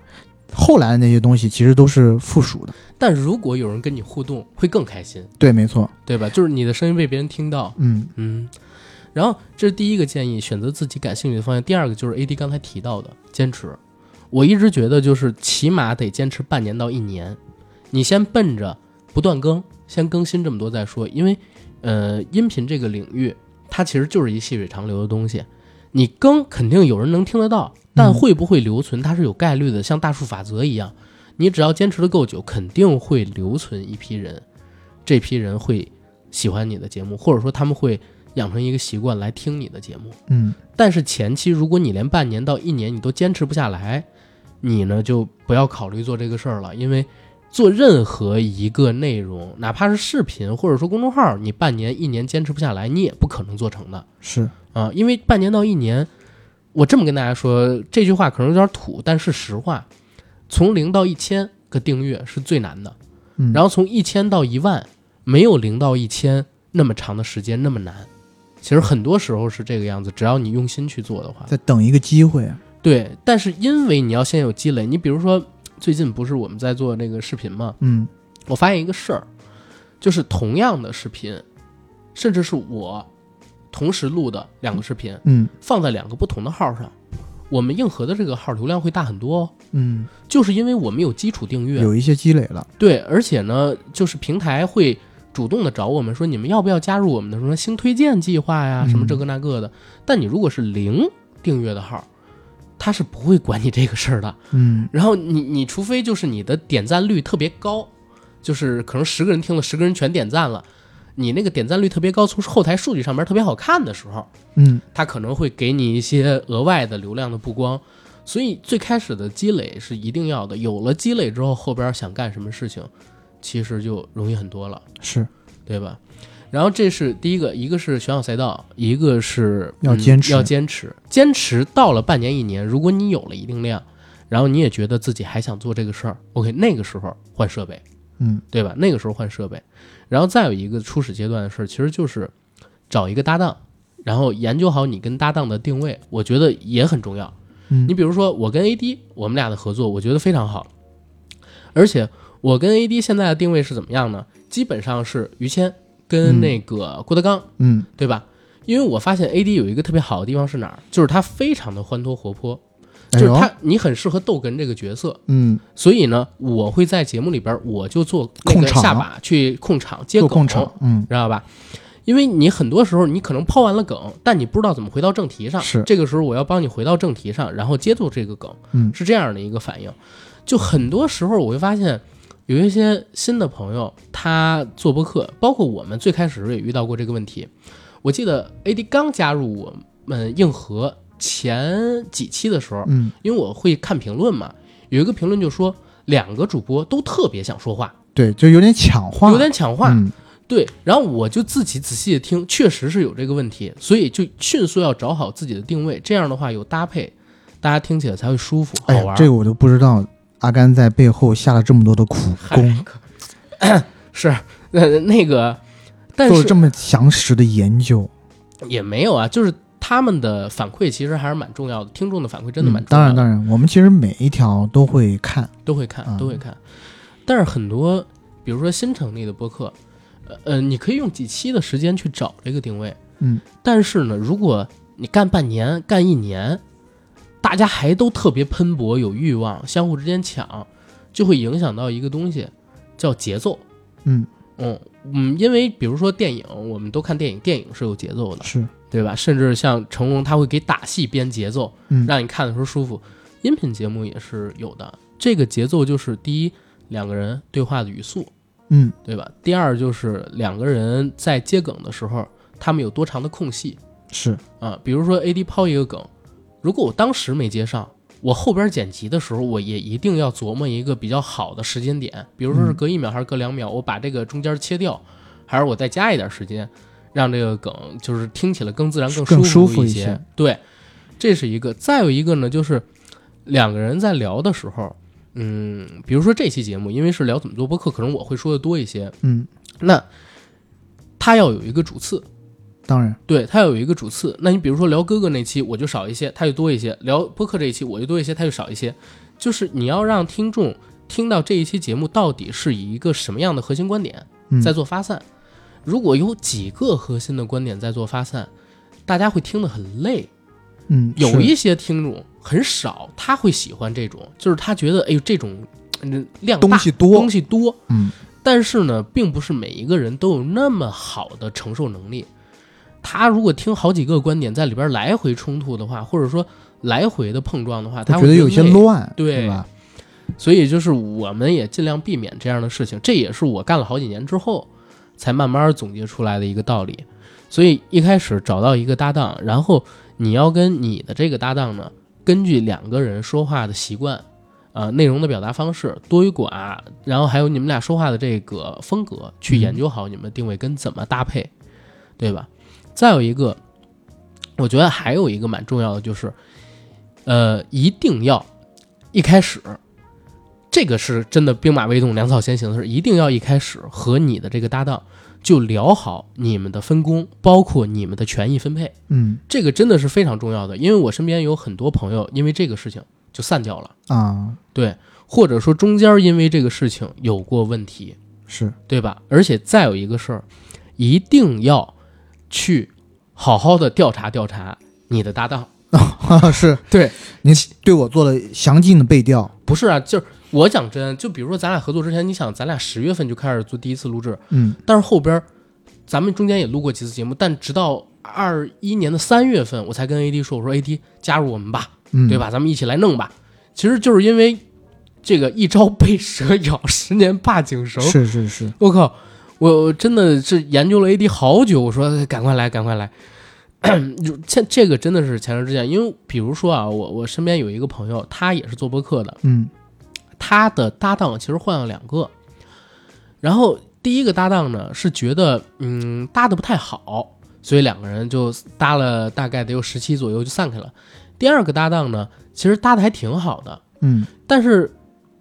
B: 后来的那些东西其实都是附属的。
A: 但如果有人跟你互动，会更开心，
B: 对，没错，
A: 对吧？就是你的声音被别人听到，
B: 嗯
A: 嗯。然后这是第一个建议，选择自己感兴趣的方向。第二个就是 AD 刚才提到的坚持，我一直觉得就是起码得坚持半年到一年，你先奔着不断更，先更新这么多再说，因为呃，音频这个领域它其实就是一细水长流的东西，你更肯定有人能听得到，但
B: 嗯
A: 会不会留存它是有概率的，像大数法则一样，你只要坚持的够久，肯定会留存一批人，这批人会喜欢你的节目，或者说他们会养成一个习惯来听你的节目。
B: 嗯。
A: 但是前期如果你连半年到一年你都坚持不下来，你呢就不要考虑做这个事儿了，因为做任何一个内容，哪怕是视频或者说公众号，你半年一年坚持不下来，你也不可能做成的
B: 是，
A: 啊，因为半年到一年，我这么跟大家说这句话可能有点土，但是实话，从零到一千个订阅是最难的，
B: 嗯，
A: 然
B: 后
A: 后从一千到一万，没有零到一千那么长的时间那么难。其实很多时候是这个样子，只要你用心去做的话，
B: 再等一个机会。啊
A: 对，但是因为你要先有积累，你比如说最近不是我们在做那个视频嘛，
B: 嗯
A: 我发现一个事儿，就是同样的视频，甚至是我同时录的两个视频，
B: 嗯
A: 放在两个不同的号上，我们硬核的这个号流量会大很多哦，
B: 嗯，
A: 就是因为我们有基础订阅，
B: 有一些积累了。
A: 对，而且呢，就是平台会主动的找我们说，你们要不要加入我们的什么星推荐计划呀，什么这个那个的。但你如果是零订阅的号，他是不会管你这个事儿的。
B: 嗯
A: 然后你你除非就是你的点赞率特别高，就是可能十个人听了，十个人全点赞了，你那个点赞率特别高，从后台数据上面特别好看的时候，
B: 嗯
A: 它可能会给你一些额外的流量的曝光。所以最开始的积累是一定要的，有了积累之后，后边想干什么事情，其实就容易很多了，
B: 是，
A: 对吧？然后这是第一个，一个是选好赛道，一个是
B: 要坚
A: 嗯
B: 持
A: 要坚持，坚持到了半年一年，如果你有了一定量，然后你也觉得自己还想做这个事儿，OK，那个时候换设备，
B: 嗯，
A: 对吧？那个时候换设备，然后再有一个初始阶段的事儿，其实就是找一个搭档，然后研究好你跟搭档的定位，我觉得也很重要。
B: 嗯
A: 你比如说我跟 AD，我们俩的合作，我觉得非常好，而且我跟 AD 现在的定位是怎么样呢？基本上是于谦跟
B: 嗯
A: 那个郭德纲，
B: 嗯
A: 对吧？因为我发现 AD 有一个特别好的地方是哪儿，就是他非常的欢脱活泼，就
B: 哎
A: 是
B: 呦
A: 他你很适合逗哏这个角色，
B: 嗯
A: 所以呢，我会在节目里边儿我就做那
B: 控
A: 个
B: 场啊
A: 下把去控场接
B: 做
A: 梗，
B: 控场，嗯
A: 知道吧？因为你很多时候你可能抛完了梗，但你不知道怎么回到正题上。
B: 是
A: 这个时候我要帮你回到正题上，然后接住这个梗，
B: 嗯
A: 是这样的一个反应。就很多时候我会发现，有一些新的朋友他做播客，包括我们最开始也遇到过这个问题。我记得 AD 刚加入我们硬核前几期的时候，
B: 嗯，
A: 因为我会看评论嘛，有一个评论就说两个主播都特别想说话，
B: 对，就有点抢话，
A: 有点抢话。
B: 嗯
A: 对，然后我就自己仔细的听，确实是有这个问题，所以就迅速要找好自己的定位，这样的话有搭配，大家听起来才会舒服好
B: 哎呀，
A: 玩。
B: 这个我都不知道，阿甘在背后下了这么多的苦功，
A: <laughs> 是那那个，但
B: 做了
A: 是
B: 这么详实的研究，
A: 也没有啊，就是他们的反馈其实还是蛮重要的，听众的反馈真的蛮
B: 嗯
A: 重
B: 当
A: 要的，
B: 然当然，我们其实每一条都会看，
A: 都会看
B: 嗯
A: 都会看。但是很多，比如说新成立的播客，呃呃，你可以用几期的时间去找这个定位，
B: 嗯，
A: 但是呢，如果你干半年、干一年，大家还都特别喷薄、有欲望，相互之间抢，就会影响到一个东西，叫节奏。
B: 嗯
A: 嗯嗯，因为比如说电影，我们都看电影，电影是有节奏的，
B: 是，
A: 对吧？甚至像成龙，他会给打戏编节奏，
B: 嗯
A: 让你看的时候舒服。音频节目也是有的，这个节奏就是第一，两个人对话的语速，
B: 嗯
A: 对吧？第二就是两个人在接梗的时候，他们有多长的空隙，
B: 是，
A: 啊，比如说 AD 抛一个梗，如果我当时没接上，我后边剪辑的时候，我也一定要琢磨一个比较好的时间点，比如说是
B: 嗯
A: 隔一秒还是隔两秒，我把这个中间切掉，还是我再加一点时间，让这个梗就是听起来更自然、
B: 更舒服
A: 服
B: 一
A: 些。
B: 些
A: 对，这是一个。再有一个呢，就是两个人在聊的时候。嗯，比如说这期节目，因为是聊怎么做播客，可能我会说的多一些。
B: 嗯，
A: 那他要有一个主次，
B: 当然，
A: 对，它有一个主次。那你比如说聊哥哥那期，我就少一些，他就多一些；聊播客这一期，我就多一些，他就少一些。就是你要让听众听到这一期节目到底是以一个什么样的核心观点
B: 嗯，
A: 在做发散。如果有几个核心的观点在做发散，大家会听得很累。
B: 嗯
A: 有
B: 是
A: 一些听众很少，他会喜欢这种，就是他觉得哎呦这种嗯量大
B: 东西多
A: 东，西多，
B: 嗯
A: 但是呢，并不是每一个人都有那么好的承受能力。他如果听好几个观点在里边来回冲突的话，或者说来回的碰撞的话，他
B: 我
A: 会
B: 觉得有些
A: 累。
B: 乱，
A: 对
B: 对吧？
A: 所以就是我们也尽量避免这样的事情，这也是我干了好几年之后才慢慢总结出来的一个道理。所以一开始找到一个搭档，然后你要跟你的这个搭档呢，根据两个人说话的习惯，啊、内容的表达方式、多与寡，然后还有你们俩说话的这个风格，去研究好你们的定位跟怎么搭配，对吧？再有一个，我觉得还有一个蛮重要的就是，呃，一定要一开始这个是真的兵马未动，粮草先行的事，一定要一开始和你的这个搭档就聊好你们的分工，包括你们的权益分配，
B: 嗯
A: 这个真的是非常重要的。因为我身边有很多朋友因为这个事情就散掉了，
B: 啊
A: 对，或者说中间因为这个事情有过问题，
B: 是， <laughs>
A: 对吧？而且再有一个事儿，一定要去好好的调查调查你的搭档，
B: 是
A: <laughs> 对
B: 您对我做了详尽的背调，
A: 不是啊，就是我讲真，就比如说咱俩合作之前，你想咱俩十月份就开始做第一次录制。
B: 嗯
A: 但是后边儿咱们中间也录过几次节目，但直到二一年的三月份，我才跟 AD 说，我说 AD 加入我们吧，
B: 嗯，
A: 对？吧？咱们一起来弄吧。其实就是因为这个一朝被蛇咬，十年怕井绳。
B: 是是是，
A: 我靠，我我真的是研究了 AD 好久，我说哎赶快来，赶快来。 <clears throat> 就这这个真的是前车之鉴，因为比如说啊，我我身边有一个朋友，他也是做播客的，
B: 嗯
A: 他的搭档其实换了两个，然后第一个搭档呢是觉得嗯搭的不太好，所以两个人就搭了大概得有十期左右就散开了。第二个搭档呢，其实搭的还挺好的，
B: 嗯
A: 但是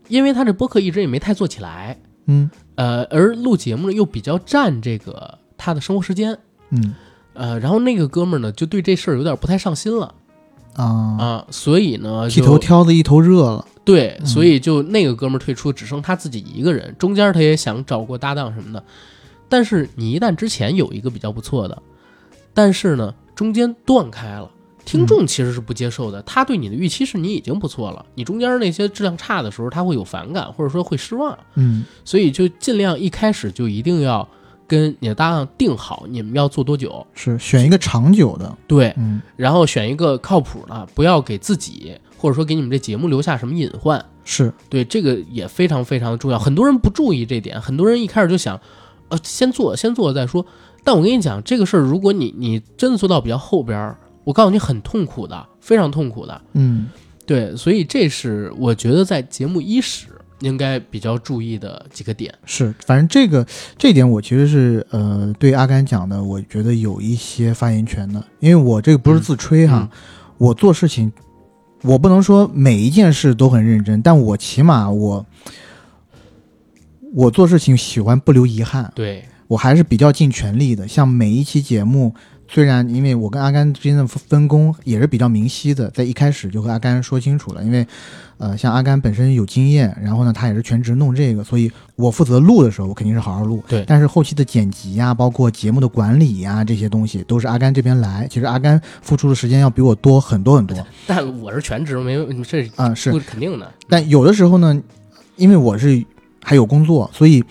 A: 因为他这播客一直也没太做起来，
B: 嗯
A: 呃，而录节目呢又比较占这个他的生活时间，
B: 嗯
A: 呃，然后那个哥们儿呢就对这事儿有点不太上心了
B: 啊，
A: 啊、所以呢
B: 剃头
A: 就
B: 挑子一头热了，
A: 对，
B: 嗯
A: 所以就那个哥们儿退出，只剩他自己一个人。中间他也想找过搭档什么的，但是你一旦之前有一个比较不错的，但是呢中间断开了。听众其实是不接受的，他对你的预期是你已经不错了，你中间那些质量差的时候，他会有反感，或者说会失望。
B: 嗯
A: 所以就尽量一开始就一定要跟你的搭档定好你们要做多久，
B: 是选一个长久的，
A: 对，
B: 嗯
A: 然后选一个靠谱的，不要给自己或者说给你们这节目留下什么隐患。
B: 是
A: 对，这个也非常非常重要。很多人不注意这点，很多人一开始就想，呃，先做，先做了再说。但我跟你讲，这个事儿，如果你你真的做到比较后边儿，我告诉你，很痛苦的，非常痛苦的。
B: 嗯
A: 对，所以这是我觉得在节目伊始应该比较注意的几个点。
B: 是，反正这个这一点我其实是呃对阿甘讲的，我觉得有一些发言权的，因为我这个不是自吹哈，我做事情，我不能说每一件事都很认真，但我起码我我做事情喜欢不留遗憾，
A: 对，
B: 我还是比较尽全力的。像每一期节目，虽然因为我跟阿甘之间的分分工也是比较明晰的，在一开始就和阿甘说清楚了，因为呃，像阿甘本身有经验，然后呢，他也是全职弄这个，所以我负责录的时候，我肯定是好好录。
A: 对
B: 但是后期的剪辑呀、包括节目的管理呀、这些东西，都是阿甘这边来。其实阿甘付出的时间要比我多很多很多。
A: 但我是全职，没有这是
B: 啊、是
A: 不肯定的。
B: 但有的时候呢，因为我是还有工作，所以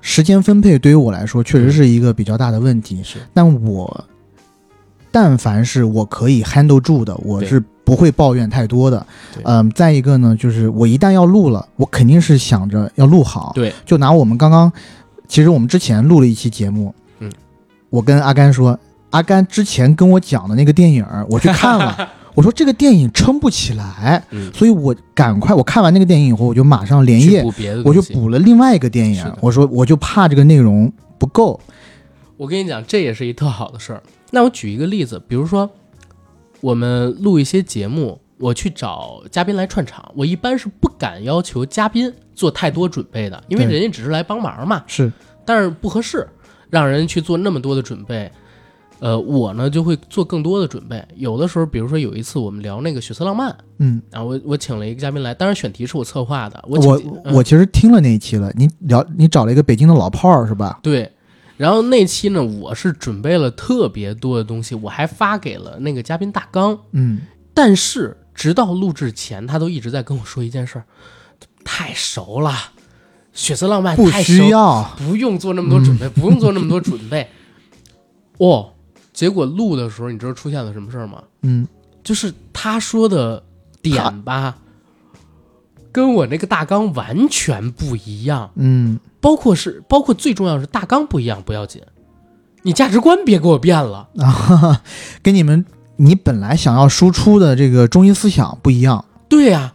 B: 时间分配对于我来说确实是一个比较大的问题。
A: 是
B: 但我但凡是我可以 handle 住的，我
A: 对
B: 是不会抱怨太多的
A: 对。
B: 嗯，再一个呢，就是我一旦要录了，我肯定是想着要录好。
A: 对，
B: 就拿我们刚刚，其实我们之前录了一期节目，
A: 嗯，
B: 我跟阿甘说，阿甘之前跟我讲的那个电影儿，我去
A: <laughs>
B: 看了，我说这个电影撑不起来，
A: 嗯，
B: 所以我赶快，我看完那个电影以后，我就马上连
A: 去
B: 夜
A: 补别的
B: 我
A: 东
B: 就
A: 西。
B: 补了另外一个电
A: 是
B: 影
A: 的，
B: 我说我就怕这个内容不够，
A: 我跟你讲，这也是一特好的事儿。那我举一个例子，比如说我们录一些节目，我去找嘉宾来串场，我一般是不敢要求嘉宾做太多准备的，因为
B: 对
A: 人家只是来帮忙嘛，
B: 是
A: 但是不合适让人去做那么多的准备。呃，我呢就会做更多的准备。有的时候，比如说有一次我们聊那个《血色浪漫》
B: 嗯。
A: 啊，我我请了一个嘉宾来，当然选题是我策划的，我请
B: 我
A: 嗯
B: 我其实听了那一期了，你聊你找了一个北京的老炮儿是吧？
A: 对，然后那期呢，我是准备了特别多的东西，我还发给了那个嘉宾大纲，
B: 嗯，
A: 但是直到录制前，他都一直在跟我说一件事儿：太熟了，血色浪漫
B: 不
A: 啊太
B: 需
A: 熟， <laughs>
B: 要，嗯
A: 不用做那么多准备，不用做那么多准备。哦，结果录的时候，你知道出现了什么事儿吗？
B: 嗯，
A: 就是他说的
B: 他
A: 点吧，跟我那个大纲完全不一样。
B: 嗯，
A: 包括是包括最重要的是大纲不一样不要紧，你价值观别给我变了。
B: 啊， <laughs> 哈哈，跟你们你本来想要输出的这个中心思想不一样，
A: 对呀、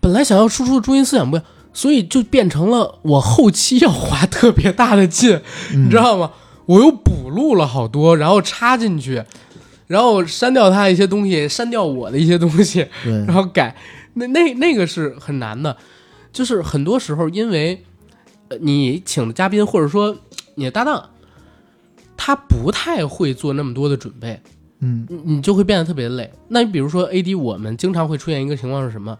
A: 本来想要输出的中心思想不一样，所以就变成了我后期要花特别大的劲，
B: 嗯
A: 你知道吗？我又补录了好多，然后插进去，然后删掉他一些东西，删掉我的一些东西，
B: 对
A: 然后改，那那那个是很难的，就是很多时候因为呃你请的嘉宾或者说你的搭档，他不太会做那么多的准备，
B: 嗯
A: 你你就会变得特别累。那你比如说 AD，我们经常会出现一个情况是什么？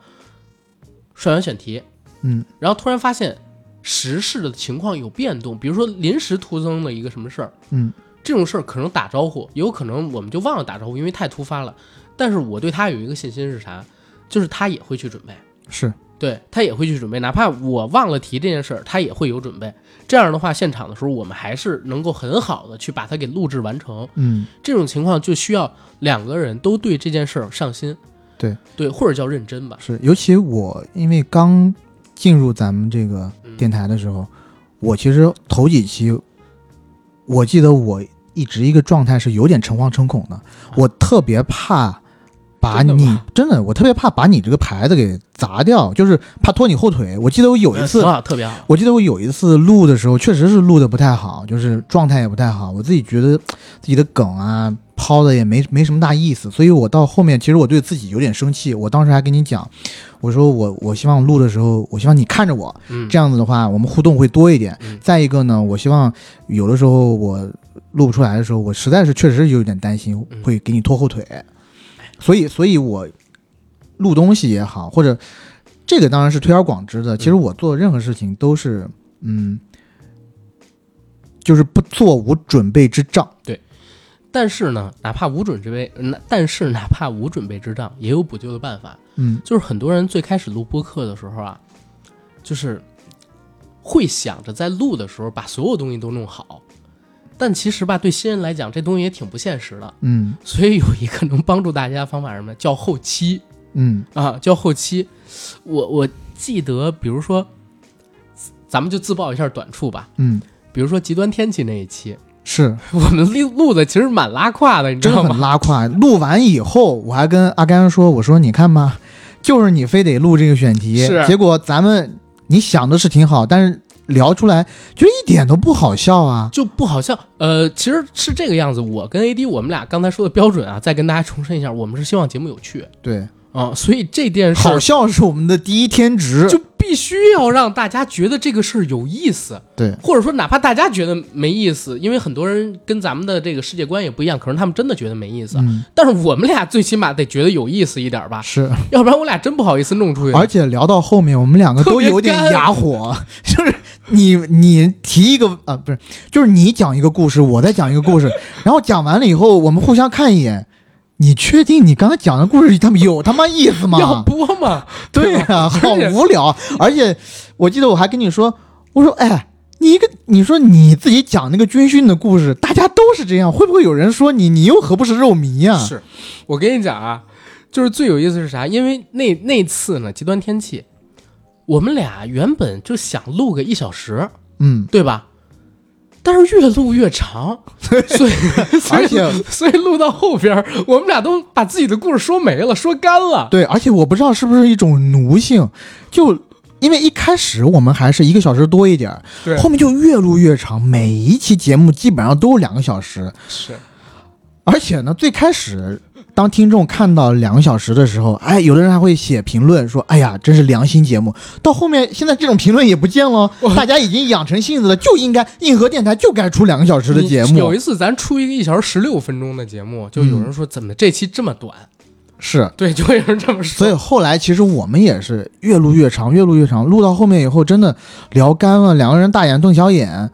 A: 甩完选题，
B: 嗯
A: 然后突然发现时事的情况有变动，比如说临时突增了一个什么事儿，
B: 嗯，
A: 这种事儿可能打招呼，也有可能我们就忘了打招呼，因为太突发了。但是我对他有一个信心是啥？就是他也会去准备，
B: 是
A: 对他也会去准备，哪怕我忘了提这件事儿，他也会有准备。这样的话，现场的时候我们还是能够很好的去把它给录制完成。
B: 嗯
A: 这种情况就需要两个人都对这件事儿上心，
B: 对
A: 对，或者叫认真吧。
B: 是，尤其我因为刚进入咱们这个
A: 嗯
B: 电台的时候，我其实头几期，我记得我一直一个状态是有点诚惶诚恐的，我特别怕把
C: 啊真的
B: 你
C: 吗
B: 真的，我特别怕把你这个牌子给砸掉，就是怕拖你后腿。我记得我有一次
C: 啊
A: 说，话特别好，
B: 我记得我有一次录的时候，确实是录的不太好，就是状态也不太好。我自己觉得自己的梗啊抛的也没没什么大意思，所以我到后面其实我对自己有点生气。我当时还跟你讲，我说我我希望录的时候，我希望你看着我，
A: 嗯，
B: 这样子的话我们互动会多一点。
A: 嗯
B: 再一个呢，我希望有的时候我录不出来的时候，我实在是确实有点担心
A: 嗯
B: 会给你拖后腿，所以所以我录东西也好，或者这个当然是推而广之
A: 嗯
B: 的。其实我做任何事情都是嗯，就是不做无准备之障。
A: 但是呢，哪怕无准之备，那但是哪怕无准备之障，也有补救的办法。
B: 嗯
A: 就是很多人最开始录播客的时候啊，就是会想着在录的时候把所有东西都弄好，但其实吧，对新人来讲，这东西也挺不现实的。
B: 嗯
A: 所以有一个能帮助大家的方法是什么？叫后期
B: 嗯
A: 啊，叫后期。我我记得，比如说，咱们就自曝一下短处吧。
B: 嗯，
A: 比如说极端天气那一期，
B: 是
A: 我们录录的其实蛮拉胯的，你知
B: 真的
A: 道
B: 很
A: 吗？
B: 拉胯。录完以后，我还跟阿甘说：“我说你看吧，就是你非得录这个选题，
A: 是
B: 结果咱们你想的是挺好，但是聊出来就一点都不好笑啊。
A: 就不好笑。呃，其实是这个样子。我跟 AD 我们俩刚才说的标准啊，再跟大家重申一下，我们是希望节目有趣
B: 对，
A: 啊、所以这件事
B: 好
A: 儿
B: 笑是我们的第一天职。
A: 就必须要让大家觉得这个事儿有意思。
B: 对，
A: 或者说哪怕大家觉得没意思，因为很多人跟咱们的这个世界观也不一样，可能他们真的觉得没意思。
B: 嗯，
A: 但是我们俩最起码得觉得有意思一点吧，
B: 是。哎
A: 要不然我俩真不好意思弄出去。
B: 而且聊到后面，我们两个都有点
A: 特别干
B: 哑火，就是你你提一个啊，不是，就是你讲一个故事，我再讲一个故事，然后讲完了以后，我们互相看一眼。你确定你刚才讲的故事他妈有他妈意思吗？
A: 要播嘛， <laughs>
B: 对呀、好
A: 而且
B: 无聊。而且我记得我还跟你说，我说哎，你一个你说你自己讲那个军训的故事，大家都是这样，会不会有人说你你又何不是肉迷啊呀、
A: 是我跟你讲啊，就是最有意思是啥？因为那那次呢，极端天气，我们俩原本就想录个一小时，
B: 嗯，
A: 对吧？但是越录越
B: <laughs>
A: 长，所以所以
B: 而且
A: 所以录到后边儿，我们俩都把自己的故事说没了，说干了。
B: 对。而且我不知道是不是一种奴性，就因为一开始我们还是一个小时多一点儿，
A: 对
B: 后面就越录越长，每一期节目基本上都是两个小时。
A: 是
B: 而且呢，最开始当听众看到两个小时的时候，哎，有的人还会写评论说：“哎呀，真是良心节目。”到后面，现在这种评论也不见了，大家已经养成性子了，就应该硬核电台就该出两个小时的节
A: 嗯有
B: 目嗯
A: 一。次咱出一个一小时十六分钟的节目，就有人说怎么这期这么短？
B: 是，
A: 对，就有人这么说。
B: 所以后来其实我们也是越录越长，越录越长，录到后面以后真的聊干了，两个人大眼瞪小眼，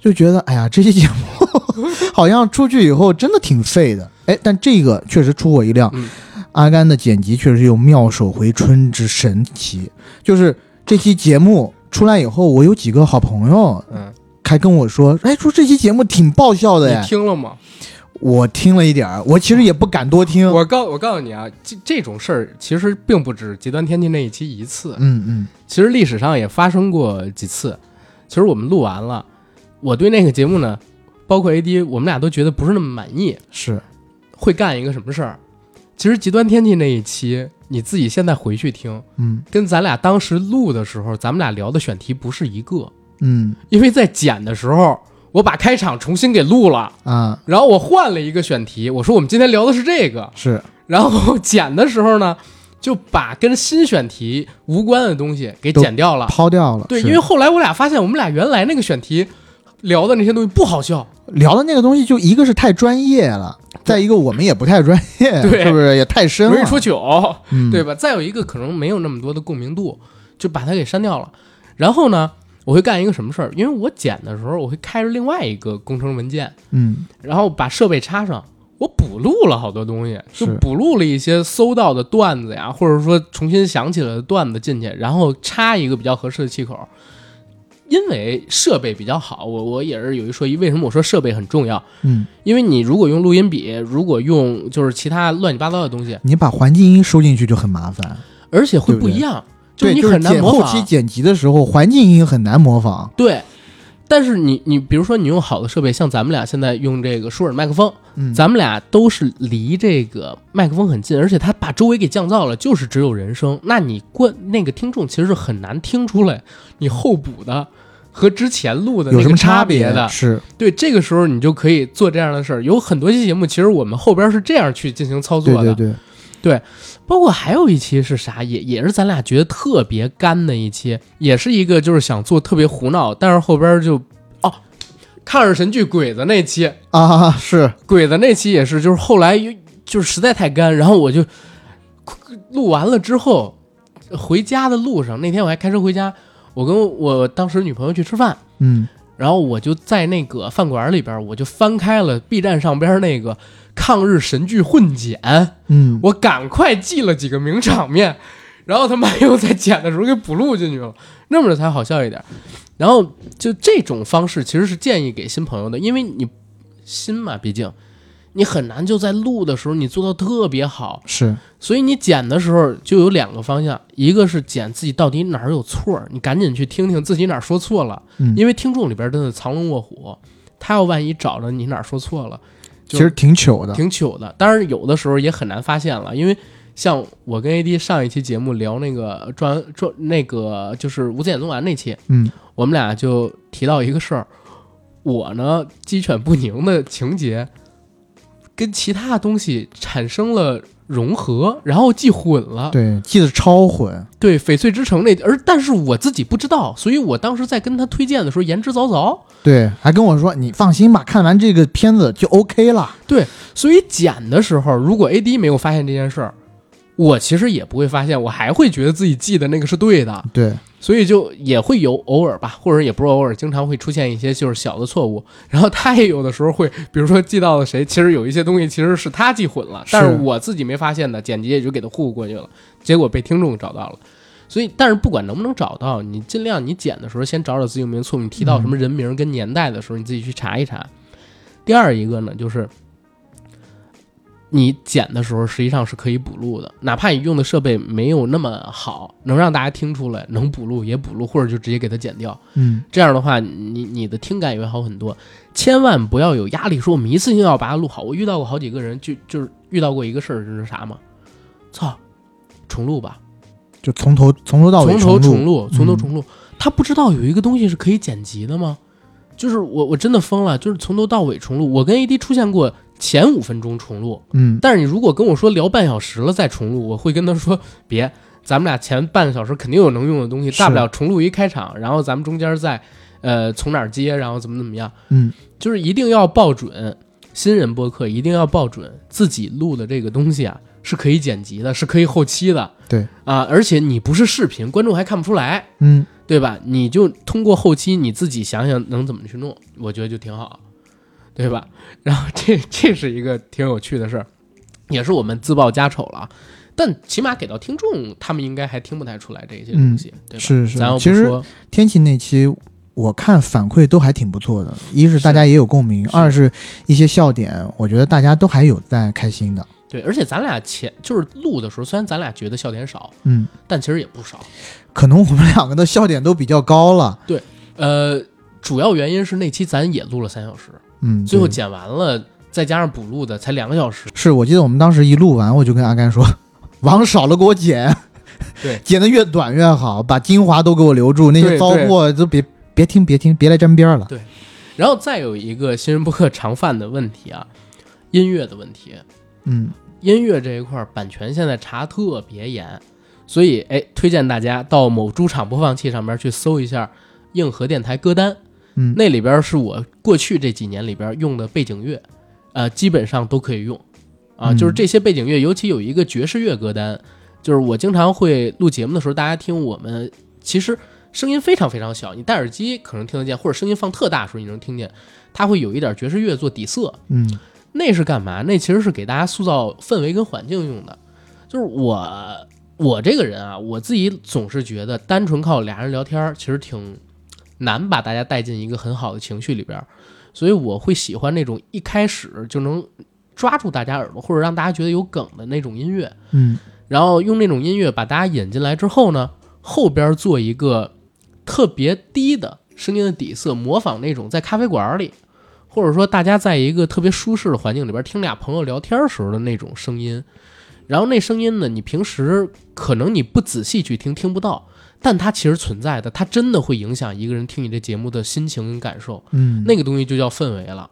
B: 就觉得哎呀，这期节目 <laughs> 好像出去以后真的挺废的。哎，但这个确实出我意料，
A: 嗯
B: 阿甘的剪辑确实有妙手回春之神奇。就是这期节目出来以后，我有几个好朋友
A: 嗯，
B: 还跟我说，哎，说这期节目挺爆笑的
A: 你
B: 哎。
A: 听了吗？
B: 我听了一点儿，我其实也不敢多听。
A: 我告我告诉你啊，这这种事儿其实并不止极端天气那一期一次，
B: 嗯嗯
A: 其实历史上也发生过几次。其实我们录完了，我对那个节目呢，包括 AD，我们俩都觉得不是那么满意。
B: 是，
A: 会干一个什么事儿？其实极端天气那一期，你自己现在回去听，
B: 嗯
A: 跟咱俩当时录的时候，咱们俩聊的选题不是一个，
B: 嗯
A: 因为在剪的时候，我把开场重新给录了。
B: 啊
A: 然后我换了一个选题，我说我们今天聊的是这个，
B: 是。
A: 然后 <laughs> 剪的时候呢，就把跟新选题无关的东西给
B: 都
A: 剪掉了。
B: 抛掉了。
A: 对，
B: 是
A: 因为后来我俩发现，我们俩原来那个选题聊的那些东西不好笑，
B: 聊的那个东西，就一个是太专业了，再一个我们也不太专业，
A: 对
B: 是不是也太深
A: 容易
B: 了？
A: 出糗，
B: 嗯，
A: 对吧？再有一个可能没有那么多的共鸣度，就把它给删掉了。然后呢，我会干一个什么事儿？因为我剪的时候，我会开着另外一个工程文件，
B: 嗯
A: 然后把设备插上，我补录了好多东西，就是补录了一些搜到的段子呀，或者说重新想起来的段子进去，然后插一个比较合适的气口。因为设备比较好，我我也是有一说一，为什么我说设备很重要？
B: 嗯，
A: 因为你如果用录音笔，如果用就是其他乱七八糟的东西，
B: 你把环境音收进去就很麻烦，
A: 而且会
B: 对不
A: 不
B: 对
A: 一样，
B: 对，
A: 你
B: 就是
A: 很难
B: 剪
A: 模
B: 后
A: 仿。
B: 期剪辑的时候，环境音很难模仿。
A: 对，但是你你比如说你用好的设备，像咱们俩现在用这个舒尔麦克风，
B: 嗯，
A: 咱们俩都是离这个麦克风很近，而且他把周围给降噪了，就是只有人声。那你观那个听众其实是很难听出来你后补的和之前录的那个
B: 有什么
A: 差
B: 别
A: 的。
B: 是，
A: 对，这个时候你就可以做这样的事儿。有很多期节目，其实我们后边是这样去进行操作
B: 对
A: 的，
B: 对对，
A: 包括还有一期是啥，也也是咱俩觉得特别干的一期，也是一个就是想做特别胡闹，但是后边就哦，抗日神剧鬼子那期，
B: 啊是，
A: 鬼子那期也是，就是后来又就是实在太干，然后我就录完了之后，回家的路上，那天我还开车回家，我跟我当时女朋友去吃饭，
B: 嗯，
A: 然后我就在那个饭馆里边，我就翻开了 B 站上边那个抗日神剧混剪，
B: 嗯，
A: 我赶快记了几个名场面，然后他妈 <laughs> 又在剪的时候给补录进去了，那么着才好笑一点。然后就这种方式其实是建议给新朋友的，因为你新嘛，毕竟你很难就在录的时候你做到特别好，
B: 是，
A: 所以你剪的时候就有两个方向，一个是剪自己到底哪儿有错儿，你赶紧去听听自己哪儿说错了，
B: 嗯，
A: 因为听众里边真的藏龙卧虎，他要万一找着你哪儿说错了。
B: 其实挺糗的，
A: 挺糗的。当然，有的时候也很难发现了，因为像我跟 AD 上一期节目聊那个专专那个就是无间演纵丸那期，
B: 嗯
A: 我们俩就提到一个事儿，我呢鸡犬不宁的情节跟其他东西产生了融合，然后记混了。
B: 对，记得超混，
A: 对，翡翠之城那，而但是我自己不知道，所以我当时在跟他推荐的时候言之凿凿。
B: 对，还跟我说你放心吧，看完这个片子就 OK 了，
A: 所以剪的时候，如果 AD 没有发现这件事儿，我其实也不会发现，我还会觉得自己记得那个是对的，
B: 对，
A: 所以就也会有偶尔吧，或者也不是偶尔，经常会出现一些就是小的错误。然后他也有的时候会，比如说记到了谁，其实有一些东西其实是他记混了，
B: 是
A: 但是我自己没发现的，剪辑也就给他糊过去了，结果被听众找到了。所以，但是不管能不能找到，你尽量你剪的时候先找找自己有没有错误。你提到什么人名跟年代的时候，你自己去查一查。第二一个呢，就是你剪的时候实际上是可以补录的，哪怕你用的设备没有那么好，能让大家听出来，能补录也补录，或者就直接给它剪掉。
B: 嗯，
A: 这样的话，你你的听感也会好很多。千万不要有压力，说我们一次性要把它录好。我遇到过好几个人，就就是遇到过一个事儿，就是啥嘛，操，重录吧，
B: 就从头从头到尾
A: 从头重
B: 重录，
A: 录，从头重录。他不知道有一个东西是可以剪辑的吗？就是我我真的疯了，就是从头到尾重录。我跟 AD 出现过前五分钟重录，
B: 嗯，
A: 但是你如果跟我说聊半小时了再重录，我会跟他说别，咱们俩前半个小时肯定有能用的东西，
B: 是
A: 大不了重录一开场，然后咱们中间再呃从哪儿接，然后怎么怎么样，
B: 嗯，
A: 就是一定要报准。新人播客一定要报准自己录的这个东西啊，是可以剪辑的，是可以后期的
B: 对，
A: 啊，而且你不是视频，观众还看不出来，
B: 嗯，
A: 对吧？你就通过后期你自己想想能怎么去弄，我觉得就挺好，对吧？然后这这是一个挺有趣的事儿，也是我们自曝家丑了，啊。但起码给到听众，他们应该还听不太出来这些东西，对吧？
B: 是是
A: 咱又，不
B: 嗯其实
A: 说，
B: 天气那期我看反馈都还挺不错的，一是
A: 是
B: 大家也有共鸣，
A: 是
B: 二是一些笑点，我觉得大家都还有在开心的。
A: 对，而且咱俩前就是录的时候，虽然咱俩觉得笑点少，
B: 嗯，
A: 但其实也不少。
B: 可能我们两个的笑点都比较高了。
A: 呃，主要原因是那期咱也录了三小时，
B: 嗯，
A: 最后
B: 对
A: 剪完了，再加上补录的才两个小时，
B: 是我记得我们当时一录完，我就跟阿甘说，网少了给我剪，
A: 对
B: 剪的越短越好，把精华都给我留住，那些
A: 对
B: 糟粕都别别听别听，别来沾边儿了。
A: 然后再有一个新人播客常犯的问题啊，音乐的问题。
B: 嗯，
A: 音乐这一块儿版权现在查特别严，所以哎，推荐大家到某猪场播放器上面去搜一下硬核电台歌单，
B: 嗯
A: 那里边是我过去这几年里边用的背景乐，呃，基本上都可以用，啊，
B: 嗯
A: 就是这些背景乐，尤其有一个爵士乐歌单，就是我经常会录节目的时候，大家听我们其实声音非常非常小，你戴耳机可能听得见，或者声音放特大的时候你能听见，它会有一点爵士乐做底色，
B: 嗯
A: 那是干嘛？那其实是给大家塑造氛围跟环境用的。就是我我这个人啊，我自己总是觉得单纯靠俩人聊天儿，其实挺难把大家带进一个很好的情绪里边儿，所以我会喜欢那种一开始就能抓住大家耳朵，或者让大家觉得有梗的那种音乐。
B: 嗯，
A: 然后用那种音乐把大家引进来之后呢，后边做一个特别低的声音的底色，模仿那种在咖啡馆里或者说大家在一个特别舒适的环境里边听俩朋友聊天时候的那种声音。然后那声音呢，你平时可能你不仔细去听听不到，但它其实存在的，它真的会影响一个人听你这节目的心情跟感受。
B: 嗯，
A: 那个东西就叫氛围了，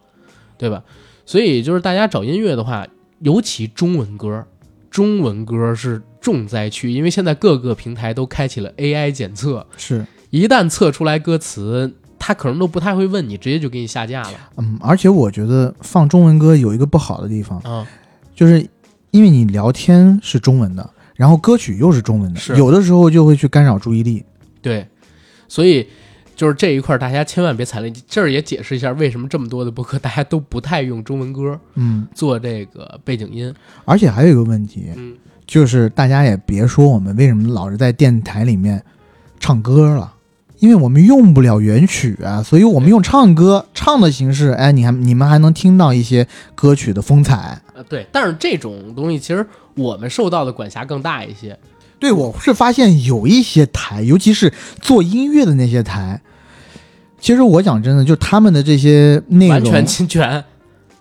A: 对吧？所以就是大家找音乐的话，尤其中文歌，中文歌是重灾区，因为现在各个平台都开启了 AI 检测，
B: 是，
A: 一旦测出来歌词，它可能都不太会问你，直接就给你下架了。
B: 嗯，而且我觉得放中文歌有一个不好的地方，
A: 嗯，
B: 就是因为你聊天是中文的，然后歌曲又是中文
A: 是
B: 的，有的时候就会去干扰注意力。
A: 对，所以。就是这一块儿，大家千万别踩雷。这儿也解释一下，为什么这么多的播客大家都不太用中文歌
B: 嗯，
A: 做这个背景音。
B: 而且还有一个问题，
A: 嗯，
B: 就是大家也别说我们为什么老是在电台里面唱歌了，因为我们用不了原曲啊，所以我们用唱歌唱的形式，哎，你还你们还能听到一些歌曲的风采。
A: 呃，对。但是这种东西其实我们受到的管辖更大一些。
B: 对，我是发现有一些台，尤其是做音乐的那些台，其实我讲真的，就他们的这些内
A: 完全
B: 容，
A: 侵权。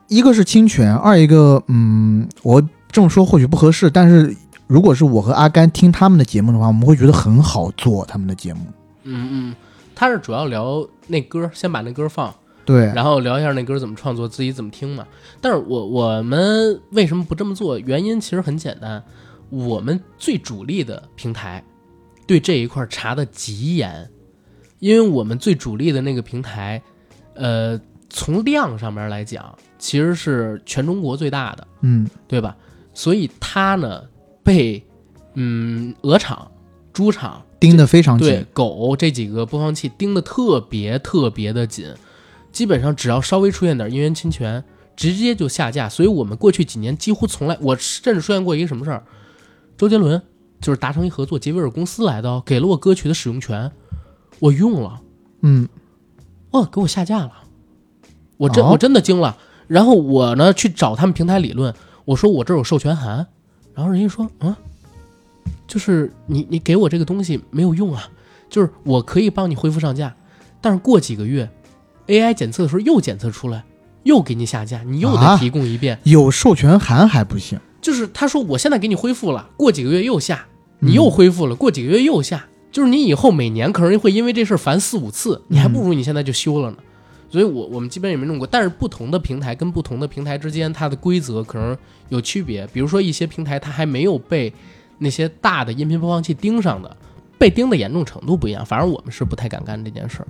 B: 一个是侵权，二一个，嗯，我这么说或许不合适，但是如果是我和阿甘听他们的节目的话，我们会觉得很好做他们的节目。
A: 嗯嗯，他是主要聊那歌，先把那歌放，
B: 对，
A: 然后聊一下那歌怎么创作，自己怎么听嘛。但是我我们为什么不这么做？原因其实很简单，我们最主力的平台对这一块查的极严，因为我们最主力的那个平台，呃，从量上面来讲，其实是全中国最大的。
B: 嗯，
A: 对吧？所以他呢被嗯鹅厂、猪厂、
B: 盯得非常
A: 对
B: 紧。
A: 狗这几个播放器盯得特别特别的紧，基本上只要稍微出现点音源侵权，直接就下架。所以我们过去几年几乎从来，我甚至出现过一个什么事儿，周杰伦就是达成一合作，杰威尔公司来的哦，给了我歌曲的使用权，我用了。
B: 嗯，
A: 哦，给我下架了，我真、
B: 哦
A: 我真的惊了。然后我呢去找他们平台理论，我说我这儿有授权函，然后人家说啊，就是你你给我这个东西没有用啊，就是我可以帮你恢复上架，但是过几个月，AI 检测的时候又检测出来，又给你下架，你又得
B: 啊
A: 提供一遍。
B: 有授权函还不行。
A: 就是他说我现在给你恢复了，过几个月又下，你
B: 嗯
A: 又恢复了，过几个月又下，就是你以后每年可能会因为这事儿烦四五次，你还不如你现在就休了呢。所以我我们基本也没弄过，但是不同的平台跟不同的平台之间，它的规则可能有区别。比如说一些平台它还没有被那些大的音频播放器盯上的，被盯的严重程度不一样。反正我们是不太敢干这件事儿。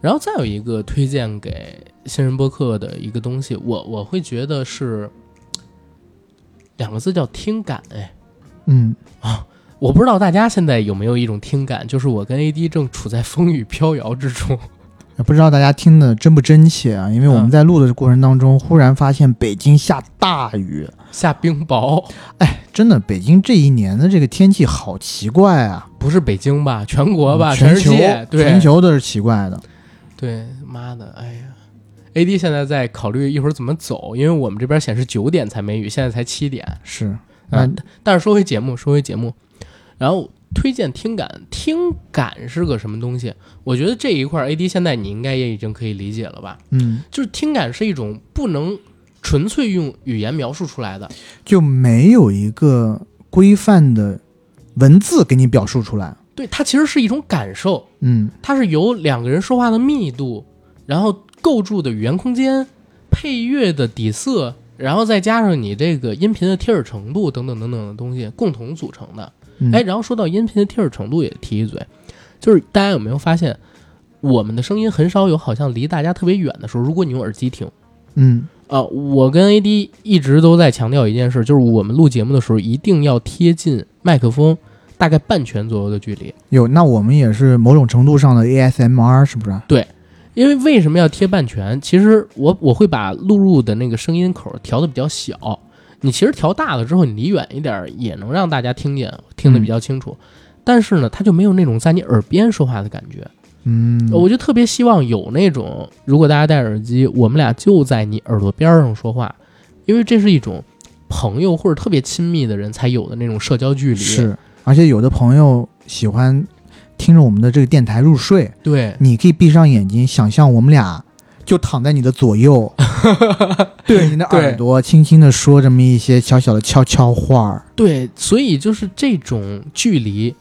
A: 然后再有一个推荐给新人播客的一个东西，我我会觉得是两个字叫听感。哎，
B: 嗯，
A: 我不知道大家现在有没有一种听感，就是我跟 AD 正处在风雨飘摇之中。
B: 也不知道大家听的真不真切啊？因为我
A: 嗯
B: 们在录的过程当中，忽然发现北京下大雨。
A: 下冰雹，
B: 哎，真的，北京这一年的这个天气好奇怪啊！
A: 不是北京吧？全国吧？
B: 嗯全
A: 世
B: 球
A: 界？对，
B: 全球都是奇怪的。
A: 对，妈的，哎呀！AD 现在在考虑一会儿怎么走，因为我们这边显示九点才梅雨，现在才七点。
B: 是，那
A: 嗯，但是说回节目，说回节目，然后推荐听感，听感是个什么东西？我觉得这一块儿 AD 现在你应该也已经可以理解了吧？
B: 嗯，
A: 就是听感是一种不能纯粹用语言描述出来的，
B: 就没有一个规范的文字给你表述出来。
A: 对，它其实是一种感受，
B: 嗯，
A: 它是由两个人说话的密度，然后构筑的语言空间、配乐的底色，然后再加上你这个音频的贴耳程度等等等等的东西共同组成的。
B: 嗯
A: 哎，，然后说到音频的贴耳程度，也提一嘴，就是大家有没有发现，我们的声音很少有好像离大家特别远的时候，如果你用耳机听。
B: 嗯，
A: 啊，我跟 AD 一直都在强调一件事，就是我们录节目的时候一定要贴近麦克风，大概半拳左右的距离。
B: 有，那我们也是某种程度上的 ASMR，是不啊是？
A: 因为为什么要贴半拳？其实我我会把录入的那个声音口调的比较小，你其实调大了之后，你离远一点儿也能让大家听见，听得比较清楚。但是呢，它就没有那种在你耳边说话的感觉。
B: 嗯，
A: 我就特别希望有那种，如果大家戴耳机，我们俩就在你耳朵边儿上说话，因为这是一种朋友或者特别亲密的人才有的那种社交距离。，
B: 是，而且有的朋友喜欢听着我们的这个电台入睡，
A: 对，
B: 你可以闭上眼睛，想象我们俩就躺在你的
A: <laughs>
B: 左右，对你的
A: 对
B: 耳朵轻轻的说这么一些小小的悄悄话儿。
A: 对，所以就是这种距离，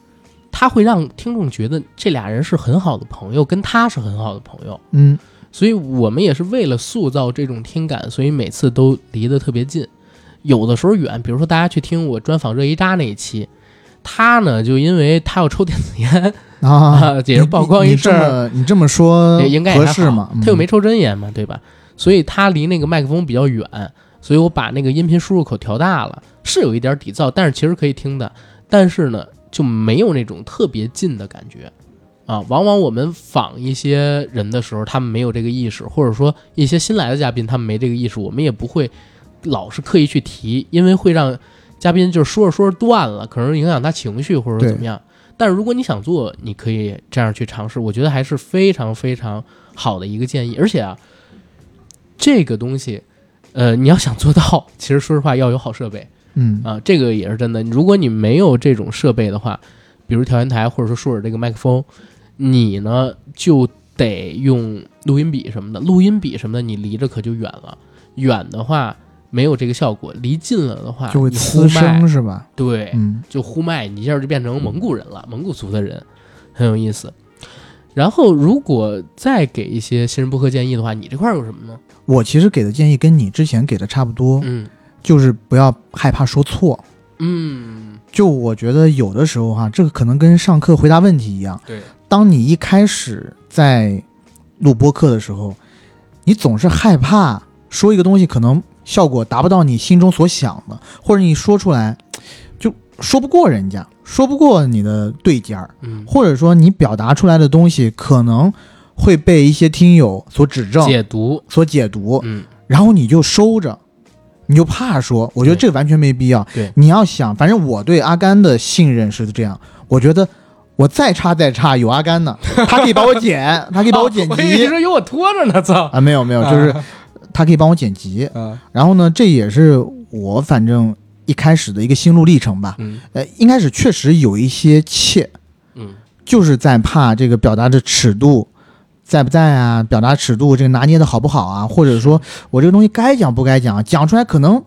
A: 它会让听众觉得这俩人是很好的朋友，跟他是很好的朋友。
B: 嗯，
A: 所以我们也是为了塑造这种听感，所以每次都离得特别近，有的时候远。比如说大家去听我专访热依扎那一期，他呢就因为他要抽电子烟，
B: 啊
A: 啊， <laughs> 也是曝光一阵儿
B: 你你你这么你这么说
A: 也应该也
B: 合
A: 还
B: 适
A: 好
B: 吗？
A: 他又
B: 嗯
A: 没抽真烟嘛，对吧？所以他离那个麦克风比较远，所以我把那个音频输入口调大了，是有一点底噪，但是其实可以听的，但是呢就没有那种特别近的感觉。啊，往往我们访一些人的时候，他们没有这个意识，或者说一些新来的嘉宾他们没这个意识，我们也不会老是刻意去提，因为会让嘉宾就是说着说着断了，可能影响他情绪或者说
B: 对
A: 怎么样。但如果你想做，你可以这样去尝试，我觉得还是非常非常好的一个建议。而且啊，这个东西，呃，你要想做到，其实说实话要有好设备
B: 嗯
A: 啊、这个也是真的。如果你没有这种设备的话，比如调音台或者说舒尔这个麦克风，你呢就得用录音笔什么的，录音笔什么的，你离着可就远了，远的话没有这个效果，离近了的话
B: 就会
A: 你呼
B: 呲
A: 麦
B: 声，是吧？
A: 对，
B: 嗯
A: 就呼麦，你一下就变成蒙古人了，蒙古族的人，很有意思。然后，如果再给一些新人播客建议的话，你这块儿有什么呢？
B: 我其实给的建议跟你之前给的差不多，
A: 嗯
B: 就是不要害怕说错。
A: 嗯，
B: 就我觉得有的时候哈、这个可能跟上课回答问题一样。
A: 对，
B: 当你一开始在录播课的时候，你总是害怕说一个东西可能效果达不到你心中所想的，或者你说出来就说不过人家，说不过你的对尖儿，
A: 嗯，
B: 或者说你表达出来的东西可能会被一些听友所指正、
A: 解读，
B: 所解读，
A: 嗯，
B: 然后你就收着，你就怕说，我觉得
A: 对
B: 这完全没必要。
A: 对
B: 你要想，反正我对阿甘的信任是这样，我觉得我再差再差有阿甘
A: <laughs>
B: 呢，他可以帮我剪，他可以帮我剪
A: 啊我以为你
B: 辑
A: 说有我拖着呢，操！
B: 啊，没有没有，就是他可以帮我剪辑。
A: 啊，
B: 然后呢，这也是我反正一开始的一个心路历程吧。
A: 嗯
B: 呃，一开始确实有一些怯，
A: 嗯
B: 就是在怕这个表达的尺度在不在啊，表达尺度这个拿捏的好不好啊，或者说我这个东西该讲不该讲，讲出来可能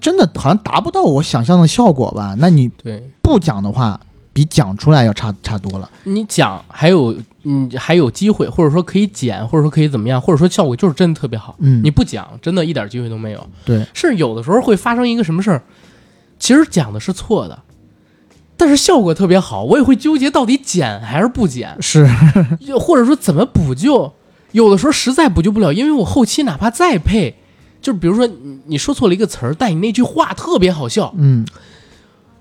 B: 真的好像达不到我想象的效果吧？那你
A: 对
B: 不讲的话，比讲出来要差差多了。
A: 你讲还有嗯还有机会，或者说可以剪，或者说可以怎么样，或者说效果就是真的特别好。
B: 嗯
A: 你不讲，真的一点机会都没有。
B: 对，
A: 是有的时候会发生一个什么事儿，其实讲的是错的，但是效果特别好，我也会纠结到底剪还是不
B: <laughs>
A: 剪，
B: 是，
A: 又或者说怎么补救。有的时候实在补救不了，因为我后期哪怕再配，就是比如说你你说错了一个词儿，但你那句话特别好笑，
B: 嗯，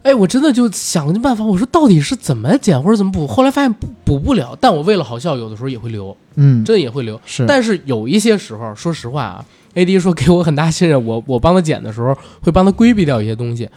A: 哎，我真的就想尽办法，我说到底是怎么剪或者怎么补，后来发现补补不了，但我为了好笑，有的时候也会留，
B: 嗯，
A: 真的也会留。
B: 是，
A: 但是有一些时候，说实话啊，AD 说给我很大信任，我我帮他剪的时候会帮他规避掉一些东西，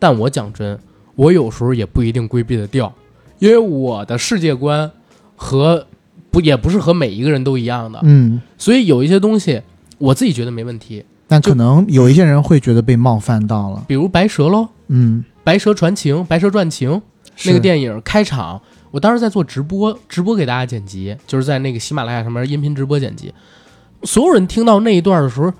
A: 但我讲真，我有时候也不一定规避得掉，因为我的世界观和不也不是和每一个人都一样的，
B: 嗯，
A: 所以有一些东西我自己觉得没问题，
B: 但
A: 就
B: 可能有一些人会觉得被冒犯到了。
A: 比如白蛇喽，
B: 嗯，
A: 白蛇传情，白蛇传情那个电影开场。我当时在做直播，直播给大家剪辑，就是在那个喜马拉雅上面音频直播剪辑。所有人听到那一段的时候，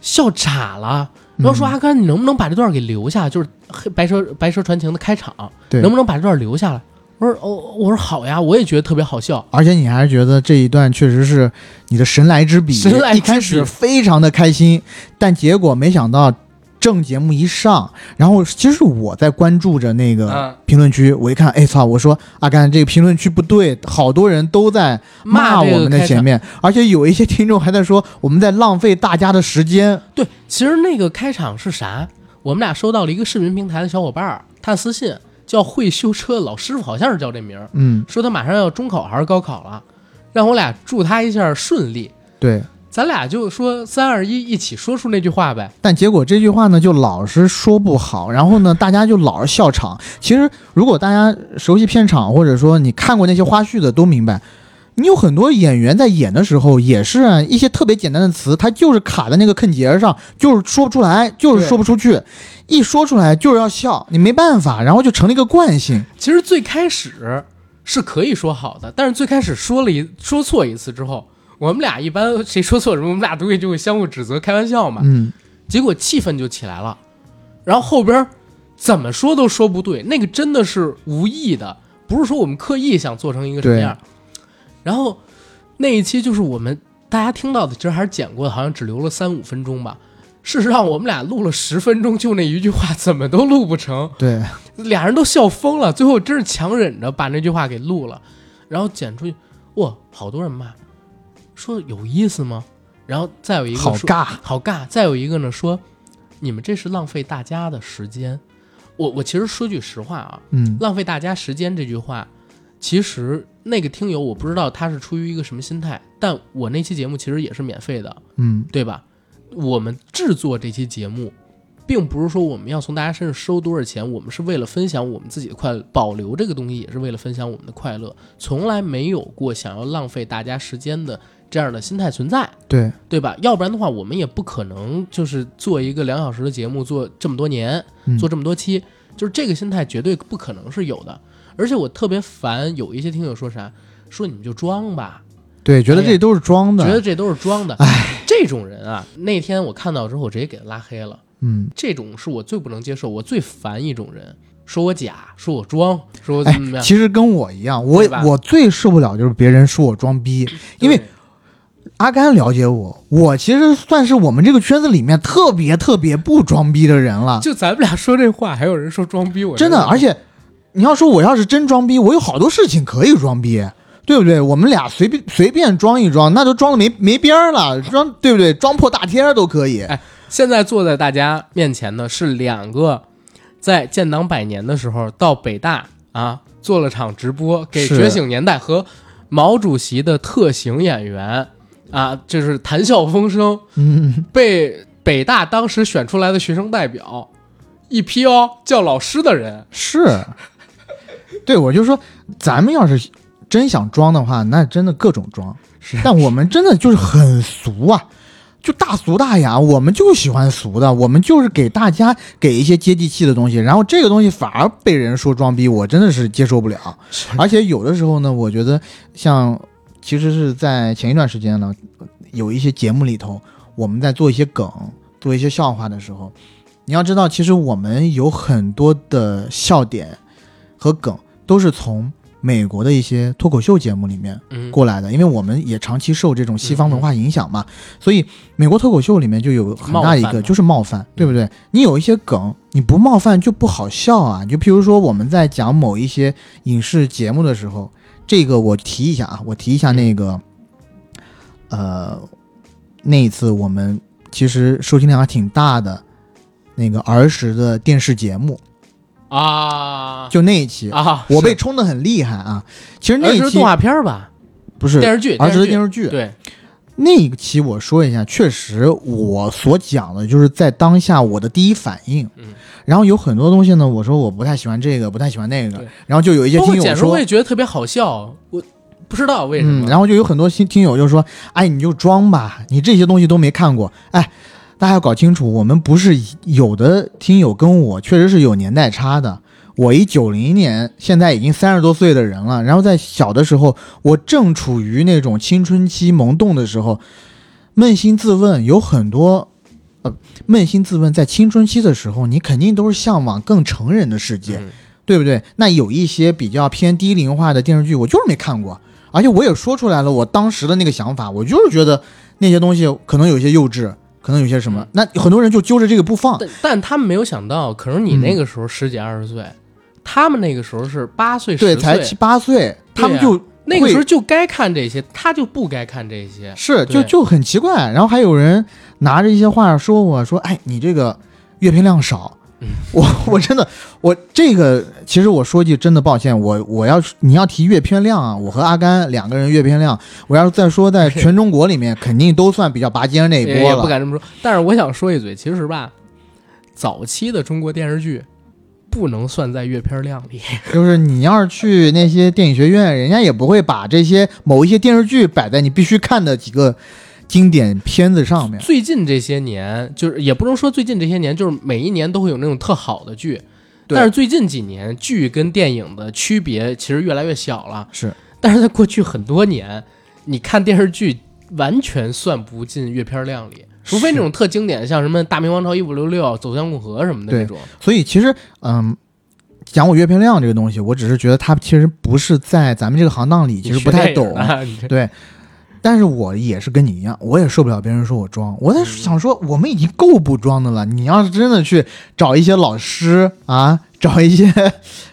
A: 笑岔了，然后说
B: 嗯
A: 阿甘，你能不能把这段给留下？就是黑白蛇白蛇传情的开场，
B: 对
A: 能不能把这段留下来？我说哦，我说好呀，我也觉得特别好笑。
B: 而且你还是觉得这一段确实是你的神来之笔，
A: 神来之笔
B: 一开始非常的开心，但结果没想到正节目一上，然后其实我在关注着
A: 嗯
B: 那个评论区，我一看，哎操，我说阿甘这个评论区不对，好多人都在骂
A: 这
B: 我
A: 个
B: 们的
A: 开
B: 前
A: 场，
B: 面，而且有一些听众还在说我们在浪费大家的时间，
A: 对，其实那个开场是啥？我们俩收到了一个视频平台的小伙伴儿，他私信叫会修车的老师傅，好像是叫这名儿，
B: 嗯，
A: 说他马上要中考还是高考了，让我俩祝他一下顺利。
B: 对。
A: 咱俩就说三二一，一起说出那句话呗。
B: 但结果这句话呢，就老是说不好，然后呢，大家就老是笑场。其实，如果大家熟悉片场，或者说你看过那些花絮的，都明白，你有很多演员在演的时候，也是啊一些特别简单的词，他就是卡在那个坑节上，就是说不出来，就是说不出去，一说出来就是要笑，你没办法，然后就成了一个惯性。
A: 其实最开始是可以说好的，但是最开始说了一说错一次之后，我们俩一般谁说错什么，我们俩都会就会相互指责、开玩笑嘛。
B: 嗯，
A: 结果气氛就起来了，然后后边儿怎么说都说不对，那个真的是无意的，不是说我们刻意想做成一个什么样儿。然后那一期就是我们大家听到的，其实还是剪过的，好像只留了三五分钟吧。事实上，我们俩录了十分钟，就那一句话，怎么都录不成。
B: 对，
A: 俩人都笑疯了，最后真是强忍着把那句话给录了，然后剪出去，哇，好多人骂，说有意思吗？然后再有一个
B: 好
A: 说
B: 尬，
A: 好尬，再有一个呢说，你们这是浪费大家的时间。我我其实说句实话啊，
B: 嗯，
A: 浪费大家时间这句话，其实那个听友我不知道他是出于一个什么心态，但我那期节目其实也是免费的，
B: 嗯，
A: 对吧？我们制作这期节目，并不是说我们要从大家身上收多少钱，我们是为了分享我们自己的快乐，保留这个东西也是为了分享我们的快乐，从来没有过想要浪费大家时间的这样的心态存在，
B: 对，
A: 对吧？要不然的话，我们也不可能就是做一个两小时的节目，做这么多年，
B: 嗯
A: 做这么多期，就是这个心态绝对不可能是有的。而且我特别烦有一些听友说啥，说你们就装吧，
B: 对，觉得
A: 哎呀
B: 这都是装
A: 觉得
B: 的，
A: 这都是装的。这种人啊，那天我看到之后，我直接给他拉黑了。
B: 嗯，
A: 这种是我最不能接受，我最烦一种人，说我假，说我装，说我怎
B: 哎
A: 么怎么样。
B: 其实跟我一样，我
A: 对吧
B: 我最受不了就是别人说我装逼，因为
A: 对
B: 阿甘了解我，我其实算是我们这个圈子里面特别特别不装逼的人了，
A: 就咱们俩说这话，还有人说装逼，我
B: 真的。而
A: 且
B: 且你要说我要是真装逼，我有好多事情可以装逼，对不对？我们俩随便随便装一装，那都装的没没边儿了，装对不对？装破大天儿都可以。
A: 现在坐在大家面前的是两个在建党百年的时候到北大啊做了场直播，给《
B: 是
A: 觉醒年代》和毛主席的特型演员啊，就是谈笑风生。
B: 嗯，
A: 被北大当时选出来的学生代表，一批哦叫老师的人，
B: 是。 <laughs> 对，我就说，咱们要是真想装的话，那真的各种装。
A: 是
B: 但我们真的就是很俗啊，就大俗大雅，我们就喜欢俗的，我们就是给大家给一些接地气的东西，然后这个东西反而被人说装逼，我真的是接受不了。 <laughs> 而且有的时候呢，我觉得像其实是在前一段时间呢，有一些节目里头，我们在做一些梗、做一些笑话的时候，你要知道，其实我们有很多的笑点和梗都是从美国的一些脱口秀节目里面
A: 嗯，
B: 过来的，因为我们也长期受这种西方文化影响嘛，所以美国脱口秀里面就有很大一
A: 冒犯
B: 个
A: 嘛嗯
B: 就是冒犯，对不对？你有一些梗，你不冒犯就不好笑啊。就譬如说我们在讲某一些影视节目的时候，这个我提一下啊，我提一下
A: 嗯
B: 那个，呃，那一次我们其实收听量还挺大的。那个儿时的电视节目，
A: 啊
B: 就那一期，
A: 啊，
B: 我被
A: 是
B: 冲的很厉害啊！其实那
A: 儿
B: 一
A: 时
B: 期
A: 动画片儿吧，
B: 不是
A: 电视剧，
B: 儿时的电
A: 视
B: 视剧，
A: 对，
B: 那一期我说一下，确实我所讲的就是在当下我的第一反应，
A: 嗯，
B: 然后有很多东西呢，我说我不太喜欢这个，不太喜欢那个
A: 对，
B: 然后就有一些
A: 包括
B: 听
A: 剪
B: 友
A: 的时候
B: 说
A: 我，也觉得特别好笑，我不知道为什
B: 嗯，
A: 么，
B: 然后就有很多新听友就说，哎，你就装吧，你这些东西都没看过，哎，大家要搞清楚，我们不是有的听友跟我确实是有年代差的。我一九零年，现在已经三十多岁的人了。然后在小的时候，我正处于那种青春期萌动的时候，扪心自问，有很多，呃，扪心自问，在青春期的时候，你肯定都是向往更成人的世界，
A: 嗯
B: 对不对？那有一些比较偏低龄化的电视剧，我就是没看过，而且我也说出来了我当时的那个想法，我就是觉得那些东西可能有些幼稚，可能有些什么
A: 嗯，
B: 那很多人就揪着这个不放。
A: 但但他们没有想到，可能你
B: 嗯
A: 那个时候十几二十岁，他们那个时候是八岁
B: 对，
A: 十
B: 才
A: 岁
B: 七，八岁，他们
A: 对啊呀
B: 就
A: 那个
B: 会
A: 时候就该看这些，他就不该看这些，
B: 是，就
A: 对
B: 就很奇怪。然后还有人拿着一些话说我说，哎，你这个阅片量少。
A: 嗯
B: 我我真的我这个其实我说句真的抱歉，我我要是你要提阅片量啊，我和阿甘两个人阅片量，我要是再
A: <laughs>
B: 说在全中国里面，肯定都算比较拔尖那一
A: 也
B: 波
A: 也不
B: 了。
A: 敢这么说。但是我想说一嘴，其实吧，早期的中国电视剧不能算在阅片量里，
B: 就是啊你要是去那些电影学院，人家也不会把这些某一些电视剧摆在你必须看的几个经典片子上面。
A: 最近这些年，就是也不能说最近这些年，就是每一年都会有那种特好的剧，
B: 对
A: 但是最近几年剧跟电影的区别其实越来越小了。
B: 是，
A: 但是在过去很多年，你看电视剧完全算不进阅片量里，除非那种特经典，像什么《大明王朝一五六六》《走向共和》什么的那种。
B: 所以其实，嗯，讲我阅片量这个东西，我只是觉得它其实不是在咱们这个行当里，其实
A: <laughs>
B: 不太懂。啊
A: 对，
B: 对，但是我也是跟你一样，我也受不了别人说我装。我在想说，我们已经够不装的了。你要是真的去找一些老师啊， <laughs> 找一些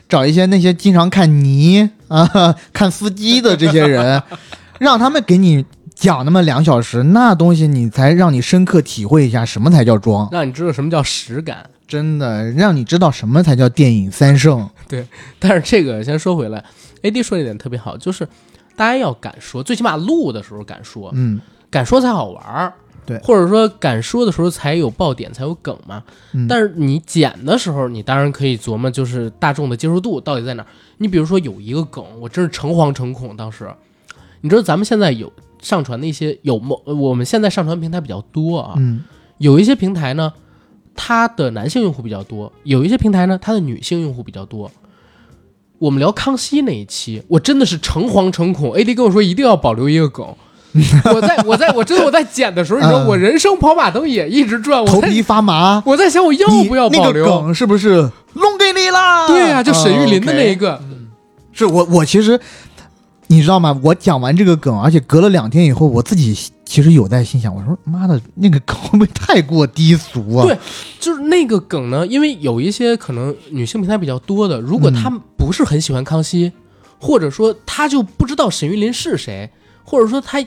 B: 找一些那些经常看泥啊、 <laughs> 看司机的这些人， <laughs> 让他们给你讲那么两小时，那东西你才让你深刻体会一下什么才叫装，
A: 让你知道什么叫实感。
B: 真的让你知道什么才叫电影三圣。
A: <laughs> 但是这个先说回来，AD 说一点特别好，就是大家要敢说，最起码录的时候敢说，
B: 嗯，
A: 敢说才好玩儿。
B: 对
A: 或者说敢说的时候才有爆点，才有梗嘛。
B: 嗯
A: 但是你剪的时候，你当然可以琢磨，就是大众的接受度到底在哪儿。你比如说有一个梗，我真是诚惶诚恐。当时，你知道咱们现在有上传的一些有某，我们现在上传平台比较多啊，
B: 嗯
A: 有一些平台呢，它的男性用户比较多；有一些平台呢，它的女性用户比较多。我们聊康熙那一期，我真的是诚惶诚恐。AD 跟我说一定要保留一个
B: <laughs>
A: 梗，我在我在我真的我在剪的时候，你说
B: 嗯
A: 我人生跑马灯也一直转，我
B: <laughs> 头
A: 在
B: 皮发麻。
A: 我在想我要
B: 你
A: 不要
B: 那
A: 保
B: 个
A: 留？
B: 梗是不是弄给你啦？
A: 对啊呀、就沈玉琳的那一
B: 个。
A: 个，
B: 是我我其实你知道吗？我讲完这个梗，而且隔了两天以后，我自己其实有在心想，我说妈的，那个梗会不会太过低俗啊？
A: 对就是那个梗呢，因为有一些可能女性平台比较多的，如果
B: 嗯
A: 她不是很喜欢康熙，或者说她就不知道沈玉琳是谁，或者说她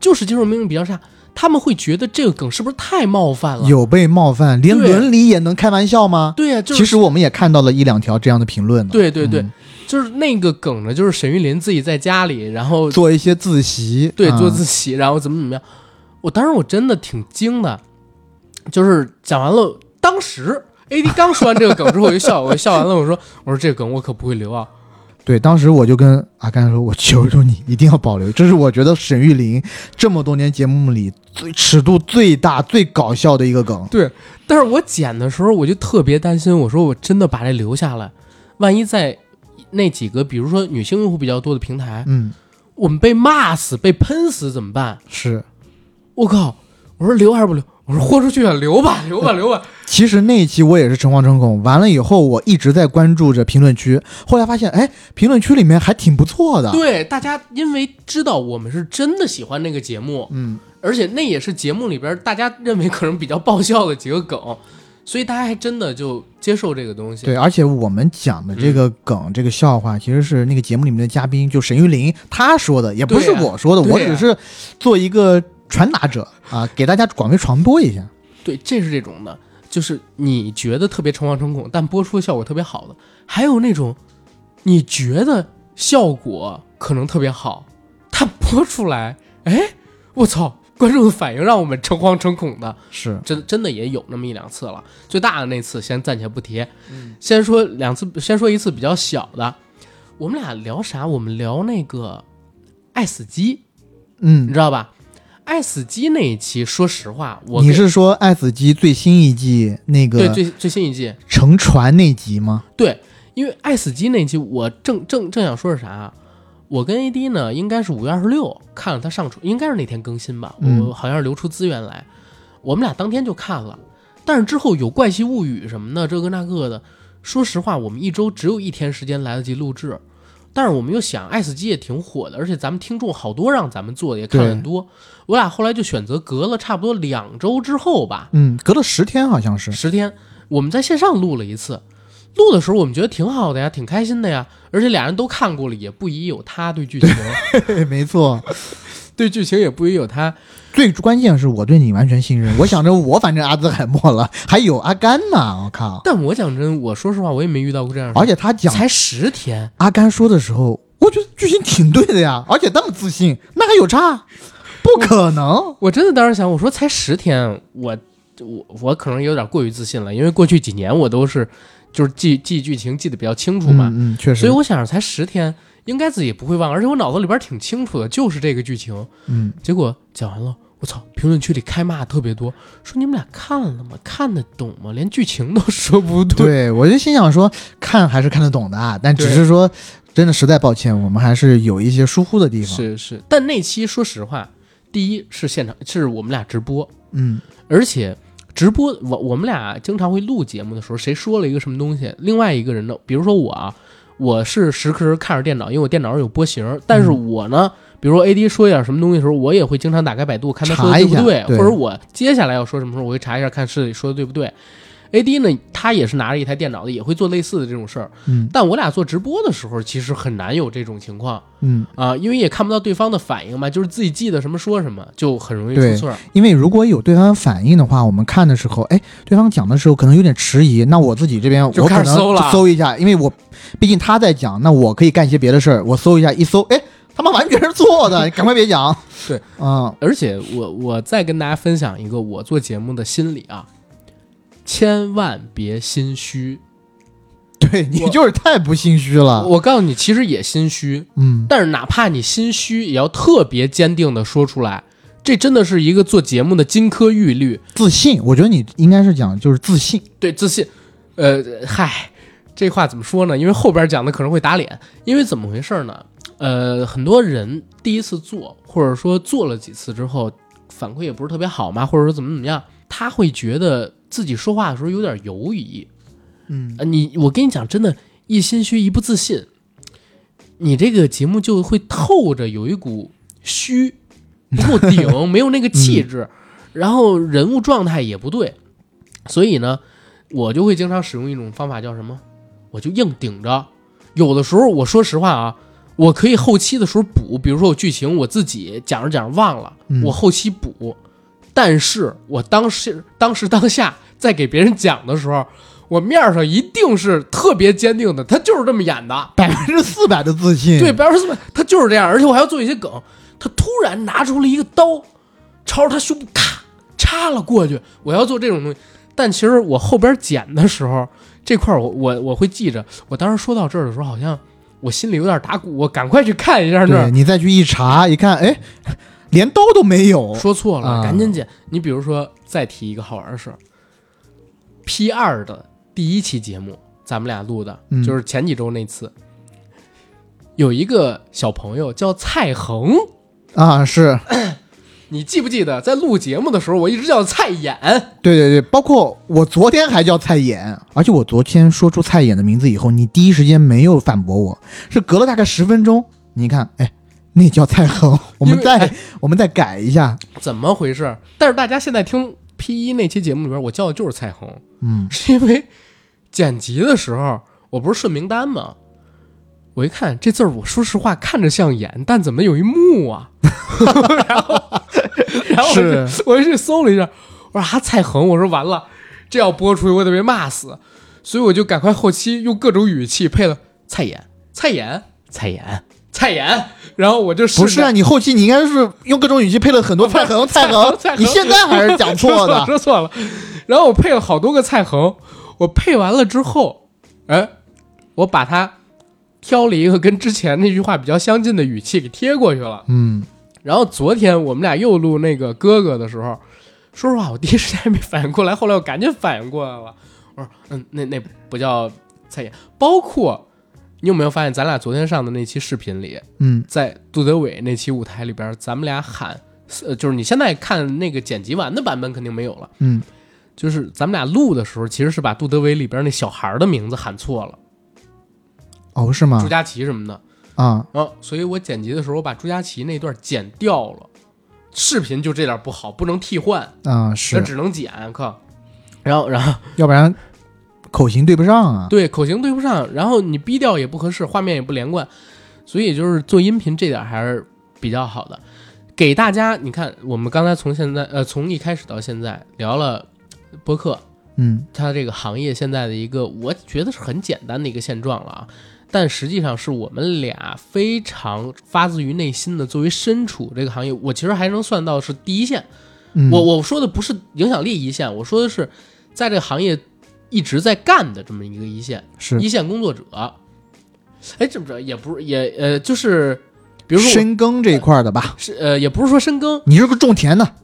A: 就是接受能力比较差，他们会觉得这个梗是不是太冒犯了？
B: 有被冒犯，连
A: 对
B: 伦理也能开玩笑吗？
A: 对呀、就是
B: 其实我们也看到了一两条这样的评论呢。
A: 对对对，
B: 嗯
A: 就是那个梗呢，就是沈玉琳自己在家里，然后
B: 做一些自习，
A: 对
B: 嗯
A: 做自习，然后怎么怎么样，我当时我真的挺惊的，就是讲完了，当时 A D 刚说完这个梗之后，我就笑， <laughs> 我就笑完了，我说我说这个梗我可不会留啊。
B: 对，当时我就跟阿甘说：“我求求你，一定要保留。”这是我觉得沈玉琳这么多年节目里最尺度最大、最搞笑的一个梗。
A: 但是我剪的时候，我就特别担心，我说我真的把这留下来，万一在那几个比如说女性用户比较多的平台，
B: 嗯，
A: 我们被骂死、被喷死怎么办？
B: 是。
A: 我靠！我说留还是不留？我说豁出去啊，留吧，留吧，留吧。
B: 其实那一期我也是诚惶诚恐，完了以后我一直在关注着评论区，后来发现，哎，评论区里面还挺不错的。
A: 对，大家因为知道我们是真的喜欢那个节目，
B: 嗯，
A: 而且那也是节目里边大家认为可能比较爆笑的几个梗，所以大家还真的就接受这个东西。
B: 对，而且我们讲的这
A: 嗯
B: 个梗、这个笑话，其实是那个节目里面的嘉宾，就沈玉琳她说的，也不是
A: 对啊
B: 我说的，
A: 对啊
B: 我只是做一个传达者啊，给大家广为传播一下。
A: 对，这是这种的，就是你觉得特别诚惶诚恐，但播出效果特别好的，还有那种你觉得效果可能特别好，但播出来，哎，我操，观众的反应让我们诚惶诚恐的，
B: 是，
A: 真真的也有那么一两次了。最大的那次先暂且不提，
B: 嗯
A: 先说两次，先说一次比较小的。我们俩聊啥？我们聊那个爱死机，你
B: 嗯，
A: 知道吧？爱死机那一期，说实话，我
B: 你
A: 给
B: 是说《爱死机》最新一季那
A: 对
B: 个
A: 最最新一季，
B: 乘船那集吗？
A: 对，因为爱死机那期，我正正正想说是啥啊，我跟 AD 呢，应该是五月二十六看了他上传，应该是那天更新吧，
B: 嗯
A: 我好像是留出资源来，我们俩当天就看了，但是之后有怪奇物语什么的，这个那个的，说实话，我们一周只有一天时间来得及录制。但是我们又想，爱死机也挺火的，而且咱们听众好多让咱们做的也看
B: 对
A: 很多。我俩后来就选择隔了差不多两周之后吧，
B: 嗯，隔了十天
A: <laughs>
B: 好像是。
A: 十天，我们在线上录了一次。录的时候我们觉得挺好的呀，挺开心的呀，而且俩人都看过了，也不疑有他对剧情，
B: 对，没错。
A: 对剧情也不疑有他。
B: 最关键是我对你完全信任，我想着我反正阿兹海默了，还有阿甘呢，我靠！
A: 但我讲真，我说实话，我也没遇到过这样的
B: 而
A: 人。
B: 且他讲
A: 嗯才十天，
B: 阿甘说的时候，我觉得剧情挺对的呀，而且那么自信，那还有差？不可能！
A: 我真的当时想，我说才十天，我我我可能有点过于自信了，因为过去几年我都是就是记记剧情记得比较清楚嘛，
B: 嗯嗯，确
A: 所
B: 实
A: 以，我想着才十天，应该自己不会忘，而且我脑子里边挺清楚的，就是这个剧情。
B: 嗯，
A: 结果讲完了，我操，评论区里开骂特别多，说你们俩看了吗？看得懂吗？连剧情都说不 <laughs> 对。
B: 对，我就心想说，看还是看得懂的啊，但只
A: 对
B: 是说，真的实在抱歉，我们还是有一些疏忽的地方。
A: 是是，但那期说实话，第一是现场，是我们俩直播，
B: 嗯
A: 而且直播我我们俩经常会录节目的时候，谁说了一个什么东西，另外一个人呢，比如说我啊，我是时刻时看着电脑，因为我电脑上有波形，但是我呢。
B: 嗯
A: 比如说 AD 说一点什么东西的时候，我也会经常打开百度看他说的
B: 查一
A: 对不
B: 下
A: 对，
B: 对
A: 或者我接下来要说什么时候，我会查一下看是里说的对不对。AD 呢，他也是拿着一台电脑的，也会做类似的这种事儿。
B: 嗯
A: 但我俩做直播的时候，其实很难有这种情况
B: 嗯，
A: 啊、因为也看不到对方的反应嘛，就是自己记得什么说什么，就很容易出
B: 对
A: 错儿。
B: 因为如果有对方反应的话，我们看的时候，哎，对方讲的时候可能有点迟疑，那我自己这边
A: 就
B: 我
A: 开
B: 可
A: 始
B: 能
A: 搜了
B: 就搜一下，因为我毕竟他在讲，那我可以干一些别的事儿，我搜一下，一搜，哎，他妈完全是错的，赶快别讲。
A: <laughs> 对，
B: 嗯
A: 而且我我再跟大家分享一个我做节目的心理啊，千万别心虚。
B: 对你
A: 我
B: 就是太不心虚了。
A: 我告诉你，其实也心虚，
B: 嗯，
A: 但是哪怕你心虚，也要特别坚定的说出来。这真的是一个做节目的金科玉律，
B: 自信，我觉得你应该是讲就是自信。 <laughs>
A: 对自信。呃，嗨，这话怎么说呢？因为后边讲的可能会打脸。因为怎么回事呢？呃，很多人第一次做，或者说做了几次之后，反馈也不是特别好嘛，或者说怎么怎么样，他会觉得自己说话的时候有点犹疑。
B: 嗯
A: 呃，你我跟你讲，真的，一心虚一不自信，你这个节目就会透着有一股虚，不够顶，没有那个气质，然后人物状态也不对，所以呢，我就会经常使用一种方法，叫什么？我就硬顶着。有的时候，我说实话啊，我可以后期的时候补，比如说我剧情我自己讲着讲着忘了，
B: 嗯
A: 我后期补。但是我当时当时当下在给别人讲的时候，我面儿上一定是特别坚定的，他就是这么演的，
B: 百分之四百的自信。
A: 对，，白尔斯曼他就是这样，而且我还要做一些梗。他突然拿出了一个刀，朝着他胸部咔插了过去。我要做这种东西，但其实我后边剪的时候，这块儿我我我会记着。我当时说到这儿的时候，好像我心里有点打鼓，我赶快去看一下那
B: 对
A: 儿。
B: 你再去一查，一看，哎，连刀都没有。
A: 说错了，
B: 啊
A: 赶紧剪。你比如说，再提一个好玩的事儿，P 二的第一期节目，咱们俩录的，
B: 嗯
A: 就是前几周那次，有一个小朋友叫蔡恒。
B: 啊，是
A: 你记不记得在录节目的时候，我一直叫蔡演？
B: 对对对，包括我昨天还叫蔡衍，而且我昨天说出蔡衍的名字以后，你第一时间没有反驳我，是隔了大概十分钟，你看，哎，那叫蔡
A: <laughs>
B: 恒，我
A: 因
B: 们
A: 为
B: 再、
A: 哎
B: 我们再改一下，
A: 怎么回事？但是大家现在听 P 一那期节目里边，我叫的就是蔡红，<laughs>
B: 嗯
A: 是因为剪辑的时候我不是顺名单吗？我一看这字儿，我说实话看着像演，但怎么有一木啊？ <laughs>
B: <laughs>
A: 然后，然后我
B: 是
A: 就我就去搜了一下，我说啊蔡恒，我说完了，这要播出去我得被骂死，所以我就赶快后期用各种语气配了蔡妍、蔡妍、蔡妍、蔡妍，然后我就试
B: 不是
A: 着
B: 啊，你后期你应该是用各种语气配了很
A: <laughs>
B: 多蔡恒，蔡恒
A: 蔡，恒
B: 你现在还是讲错
A: <laughs>
B: 的，
A: 说错了。然后我配了好多个蔡恒，我配完了之后，哎，我把它挑了一个跟之前那句话比较相近的语气给贴过去了。
B: 嗯，
A: 然后昨天我们俩又录那个哥哥的时候，说实话，我第一时间还没反应过来，后来我赶紧反应过来了。我说，嗯，那那不叫蔡妍。包括你有没有发现，咱俩昨天上的那期视频里，
B: 嗯，
A: 在杜德伟那期舞台里边，咱们俩喊，呃，就是你现在看那个剪辑完的版本肯定没有了，
B: 嗯，
A: 就是咱们俩录的时候，其实是把杜德伟里边那小孩的名字喊错了，
B: 哦，是吗
A: 朱？佳琪什么的，
B: 啊，
A: 啊，所以我剪辑的时候，我把朱佳琪那段剪掉了，视频就这点不好，不能替换，
B: 啊，
A: 那
B: 是，
A: 只能剪，靠，然后然后
B: 要不然口型对不上啊，
A: 对口型对不上，然后你逼调也不合适，画面也不连贯，所以就是做音频这点还是比较好的。给大家，你看，我们刚才从现在呃从一开始到现在聊了播客，
B: 嗯
A: 它这个行业现在的一个，我觉得是很简单的一个现状了啊。但实际上是我们俩非常发自于内心的，作为身处这个行业，我其实还能算到是第一线。
B: 嗯，
A: 我我说的不是影响力一线，我说的是在这个行业一直在干的这么一个一线
B: 是
A: 一线工作者。哎，这不是也不是也呃，就是比如说我
B: 深耕这一块儿的吧，
A: 是呃，也不是说深耕，
B: 你是个种田的，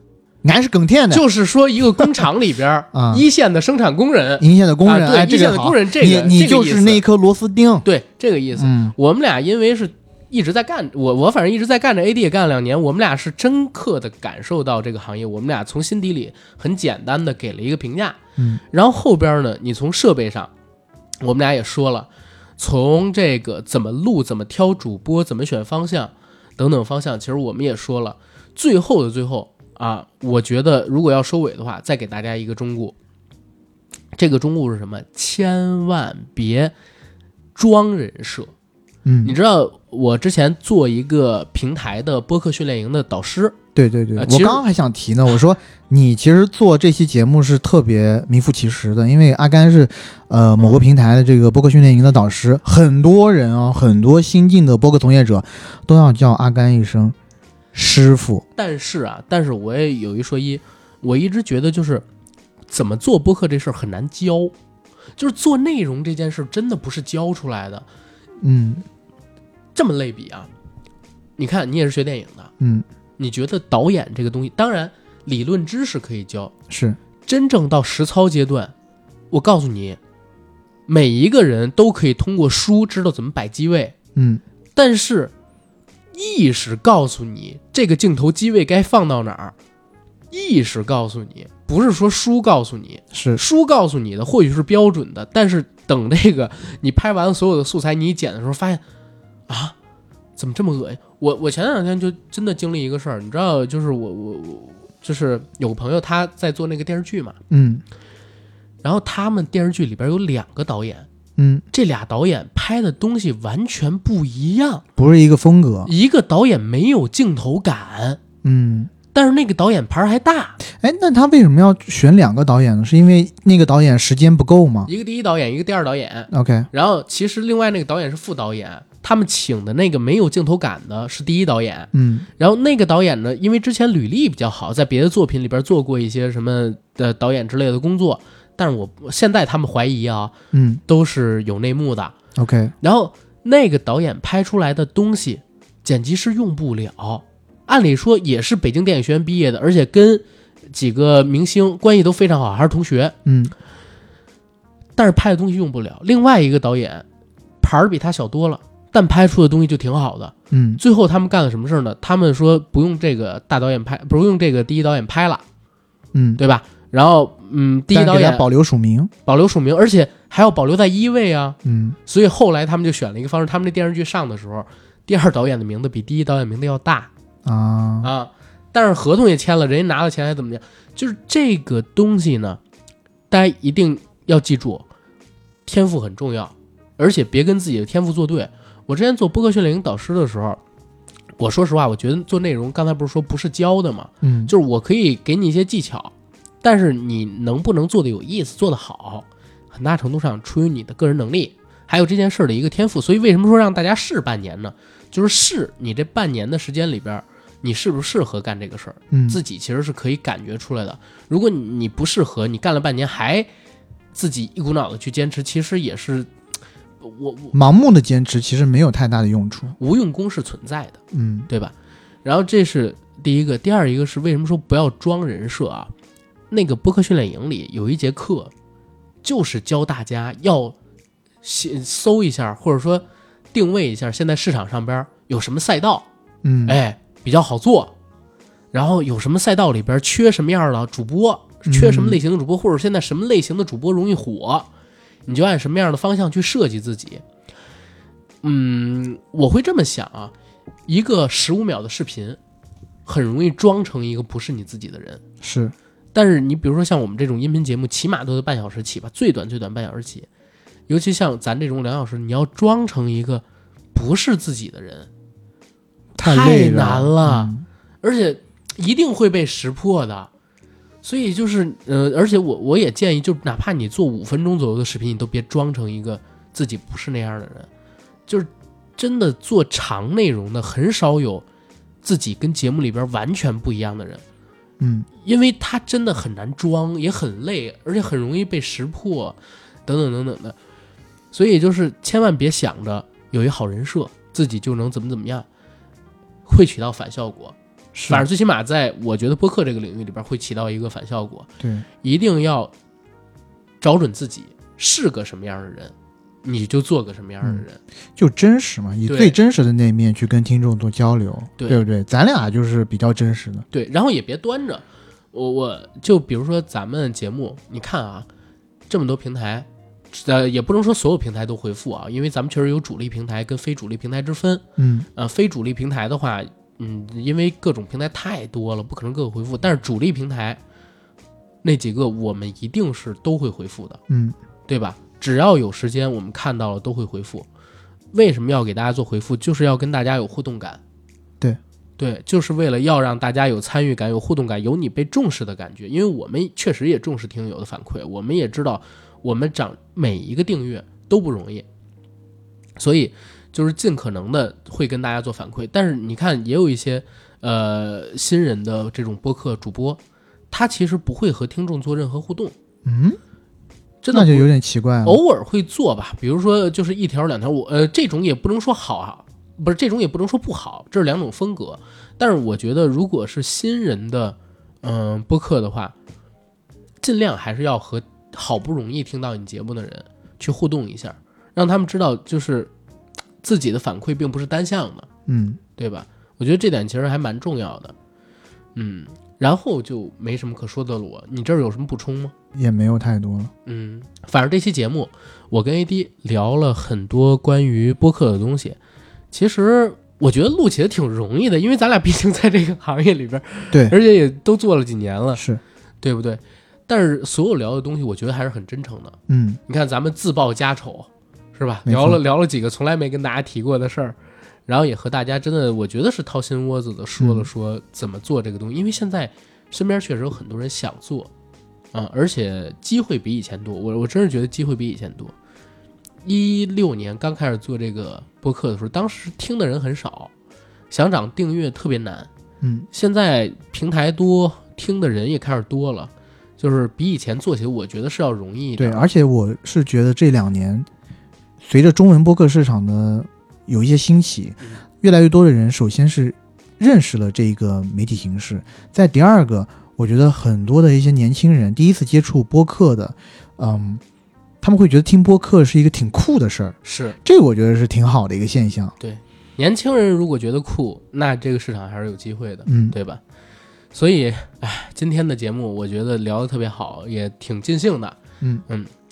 B: 俺是耕田的，
A: 就是说一个工厂里边儿
B: <laughs> 啊
A: 一线的生产工人，
B: 一线的工人，
A: 啊对
B: 哎，这
A: 一线
B: 个
A: 的
B: 好
A: 工人这个
B: 你
A: 这
B: 你
A: 个
B: 就
A: 意思
B: 是那一颗螺丝钉，
A: 对这个意思。
B: 嗯
A: 我们俩因为是一直在干，我我反正一直在干着 AD 也干了两年，我们俩是深刻的感受到这个行业，我们俩从心底里很简单的给了一个评价。
B: 嗯，
A: 然后后边呢，你从设备上，我们俩也说了，从这个怎么录、怎么挑主播、怎么选方向等等方向，其实我们也说了。最后的最后啊，我觉得如果要收尾的话，再给大家一个忠告，这个忠告是什么？千万别装人设。你
B: 嗯，
A: 知道我之前做一个平台的播客训练营的导师，
B: 对对对，
A: 呃其
B: 我
A: 实
B: 刚刚还想提呢，我说你其实做这期节目是特别名副其实的，因为阿甘是呃某个平台的这个播客训练营的导师，很多人啊、很多新进的播客从业者都要叫阿甘一声师傅。
A: 但是啊，但是我也有一说一，我一直觉得就是怎么做播客这事儿很难教，就是做内容这件事儿真的不是教出来的。
B: 嗯
A: 这么类比啊，你看你也是学电影的，
B: 嗯，
A: 你觉得导演这个东西，当然理论知识可以教，
B: 是
A: 真正到实操阶段，我告诉你，每一个人都可以通过书知道怎么摆机位，
B: 嗯
A: 但是意识告诉你这个镜头机位该放到哪儿，意识告诉你，不是说书告诉你，
B: 是
A: 书告诉你的或许是标准的，但是等这个你拍完所有的素材，你一剪的时候发现啊，怎么这么恶心？我我前两天就真的经历一个事儿，你知道，就是我我我就是有个朋友他在做那个电视剧嘛，
B: 嗯
A: 然后他们电视剧里边有两个导演，
B: 嗯，
A: 这俩导演拍的东西完全不一样，
B: 不是一个风格。
A: 一个导演没有镜头感，
B: 嗯，
A: 但是那个导演牌儿还大，
B: 哎，那他为什么要选两个导演呢？是因为那个导演时间不够吗
A: 一个第一导演，一个第二导演，
B: ？OK，
A: 然后其实另外那个导演是副导演，他们请的那个没有镜头感的是第一导演。
B: 嗯
A: 然后那个导演呢，因为之前履历比较好，在别的作品里边做过一些什么的导演之类的工作，但是我现在他们怀疑啊，
B: 嗯
A: 都是有内幕的。
B: ，OK，
A: 然后那个导演拍出来的东西，剪辑师用不了。按理说也是北京电影学院毕业的，而且跟几个明星关系都非常好，还是同学。
B: 嗯
A: 但是拍的东西用不了。另外一个导演牌儿比他小多了，但拍出的东西就挺好的。
B: 嗯
A: 最后他们干了什么事儿呢？他们说不用这个大导演拍，不用这个第一导演拍了，
B: 嗯，
A: 对吧？然后，嗯，第一
B: 但是
A: 导
B: 给他
A: 演保
B: 保留署名。
A: 保留署名，而且还要保留在一位啊。
B: 嗯
A: 所以后来他们就选了一个方式，他们这电视剧上的时候，第二导演的名字比第一导演名字要大
B: 啊，
A: 啊，但是合同也签了，人家拿了钱还怎么样？就是这个东西呢，大家一定要记住，天赋很重要，而且别跟自己的天赋作对。我之前做播客训练营导师的时候，我说实话，我觉得做内容，刚才不是说不是教的吗？
B: 嗯，
A: 就是我可以给你一些技巧，但是你能不能做的有意思，做得好，很大程度上出于你的个人能力，还有这件事儿的一个天赋。所以为什么说让大家试半年呢？就是试你这半年的时间里边儿，你适不适合干这个事儿，
B: 嗯
A: 自己其实是可以感觉出来的。如果你你不适合，你干了半年还自己一股脑的去坚持，其实也是我我
B: 盲目的坚持其实没有太大的用处。
A: 无用功是存在的。
B: 嗯
A: 对吧？然后这是第一个，第二一个是为什么说不要装人设啊？那个播客训练营里有一节课，就是教大家要先搜一下，或者说定位一下，现在市场上边有什么赛道，
B: 嗯，，
A: 哎，比较好做。然后有什么赛道里边缺什么样的主播，缺什么类型的主播，或者现在什么类型的主播容易火，你就按什么样的方向去设计自己。嗯，我会这么想啊，一个十五秒的视频，很容易装成一个不是你自己的人。
B: 是
A: 但是你比如说像我们这种音频节目，起码都得半小时起吧，最短最短半小时起。尤其像咱这种两小时，你要装成一个不是自己的人，太
B: 累
A: 难了
B: 嗯
A: 而且一定会被识破的。所以就是，呃，而且我我也建议，就哪怕你做五分钟左右的视频，你都别装成一个自己不是那样的人。就是真的做长内容的，很少有自己跟节目里边完全不一样的人，
B: 嗯
A: 因为他真的很难装，也很累，而且很容易被识破，等等等等的。所以就是千万别想着有一好人设，自己就能怎么怎么样，会起到反效果。
B: 是
A: 反正最起码在我觉得播客这个领域里边会起到一个反效果，
B: 对，
A: 一定要找准自己是个什么样的人，你就做个什么样的人。
B: 就真实嘛，以
A: 对
B: 最真实的那一面去跟听众做交流，
A: 对
B: 不对？咱俩就是比较真实的，
A: 对，然后也别端着，我我就比如说咱们节目，你看啊，这么多平台，呃，也不能说所有平台都回复啊，因为咱们确实有主力平台跟非主力平台之分。
B: 嗯，
A: 呃，非主力平台的话，嗯，因为各种平台太多了，不可能各个回复，但是主力平台那几个我们一定是都会回复的。
B: 嗯，
A: 对吧？只要有时间，我们看到了都会回复。为什么要给大家做回复？就是要跟大家有互动感。
B: 对，
A: 对，就是为了要让大家有参与感、有互动感、有你被重视的感觉。因为我们确实也重视听友的反馈，我们也知道我们涨每一个订阅都不容易，所以就是尽可能的会跟大家做反馈。但是你看，也有一些呃新人的这种播客主播，他其实不会和听众做任何互动，
B: 嗯，
A: 真的
B: 那就
A: 不哦
B: 有点奇怪了。
A: 偶尔会做吧，比如说就是一条两条，我呃这种也不能说好啊，不是这种也不能说不好，这是两种风格。但是我觉得如果是新人的嗯、播客的话，尽量还是要和好不容易听到你节目的人去互动一下，让他们知道就是嘖自己的反馈并不是单向的，
B: 嗯，
A: 对吧？我觉得这点其实还蛮重要的，嗯，然后就没什么可说的了我。你这儿有什么补充吗？
B: 也没有太多了。
A: 嗯，反正这期节目，我跟 AD 聊了很多关于播客的东西。其实我觉得录起来挺容易的，因为咱俩毕竟在这个行业里边，
B: 对
A: 而且也都做了几年了，
B: 是，
A: 对不对？但是所有聊的东西，我觉得还是很真诚的。
B: 嗯，
A: 你看，咱们自曝家丑，是吧？
B: 没错
A: 聊了聊了几个从来没跟大家提过的事儿，然后也和大家真的，我觉得是掏心窝子的说了
B: 嗯
A: 说怎么做这个东西，因为现在身边确实有很多人想做，啊，而且机会比以前多。我我真是觉得机会比以前多。一六年刚开始做这个播客的时候，当时听的人很少，想涨订阅特别难。
B: 嗯，
A: 现在平台多，听的人也开始多了，就是比以前做起来，我觉得是要容易一
B: 对，
A: 点。
B: 而且我是觉得这两年，随着中文播客市场的有一些兴起
A: 嗯，
B: 越来越多的人首先是认识了这个媒体形式，在第二个，我觉得很多的一些年轻人第一次接触播客的，嗯，他们会觉得听播客是一个挺酷的事儿，
A: 是。
B: 这个我觉得是挺好的一个现象。
A: 年轻人如果觉得酷，那这个市场还是有机会的，
B: 嗯，
A: 对吧？所以，哎，今天的节目我觉得聊得特别好，也挺尽兴的。
B: 嗯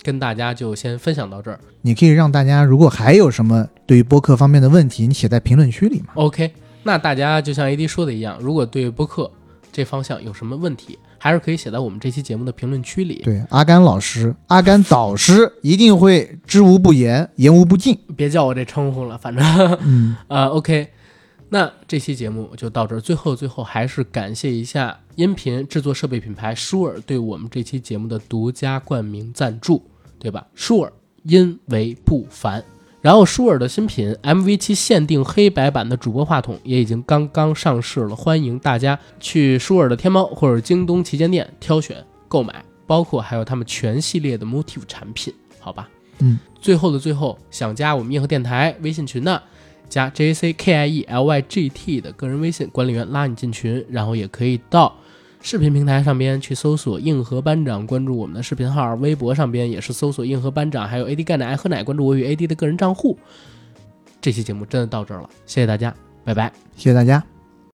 A: 跟大家就先分享到这儿。
B: 你可以让大家如果还有什么对于播客方面的问题，你写在评论区里嘛。
A: OK，那大家就像 AD 说的一样，如果对播客这方向有什么问题，还是可以写在我们这期节目的评论区里。
B: 对，阿甘老师，阿甘导师一定会知无不言，言无不尽。
A: 别叫我这称呼了，反正
B: 嗯，
A: <laughs> 呃 OK。那这期节目就到这儿。最后，最后还是感谢一下音频制作设备品牌舒尔对我们这期节目的独家冠名赞助，对吧？舒尔，因为不凡。然后舒尔的新品 MV 七限定黑白版的主播话筒也已经刚刚上市了，欢迎大家去舒尔的天猫或者京东旗舰店挑选购买，包括还有他们全系列的 Motive 产品，好吧？
B: 嗯，
A: 最后的最后，想加我们硬核电台微信群呢，加 JACKIELYGT 的个人微信，管理员拉你进群，然后也可以到。视频平台上边去搜索“硬核班长”，关注我们的视频号；微博上边也是搜索“硬核班长”，还有 AD 钙奶爱喝奶，关注我与 AD 的个人账户。这期节目真的到这儿了，谢谢大家，拜拜。
B: 谢谢大家，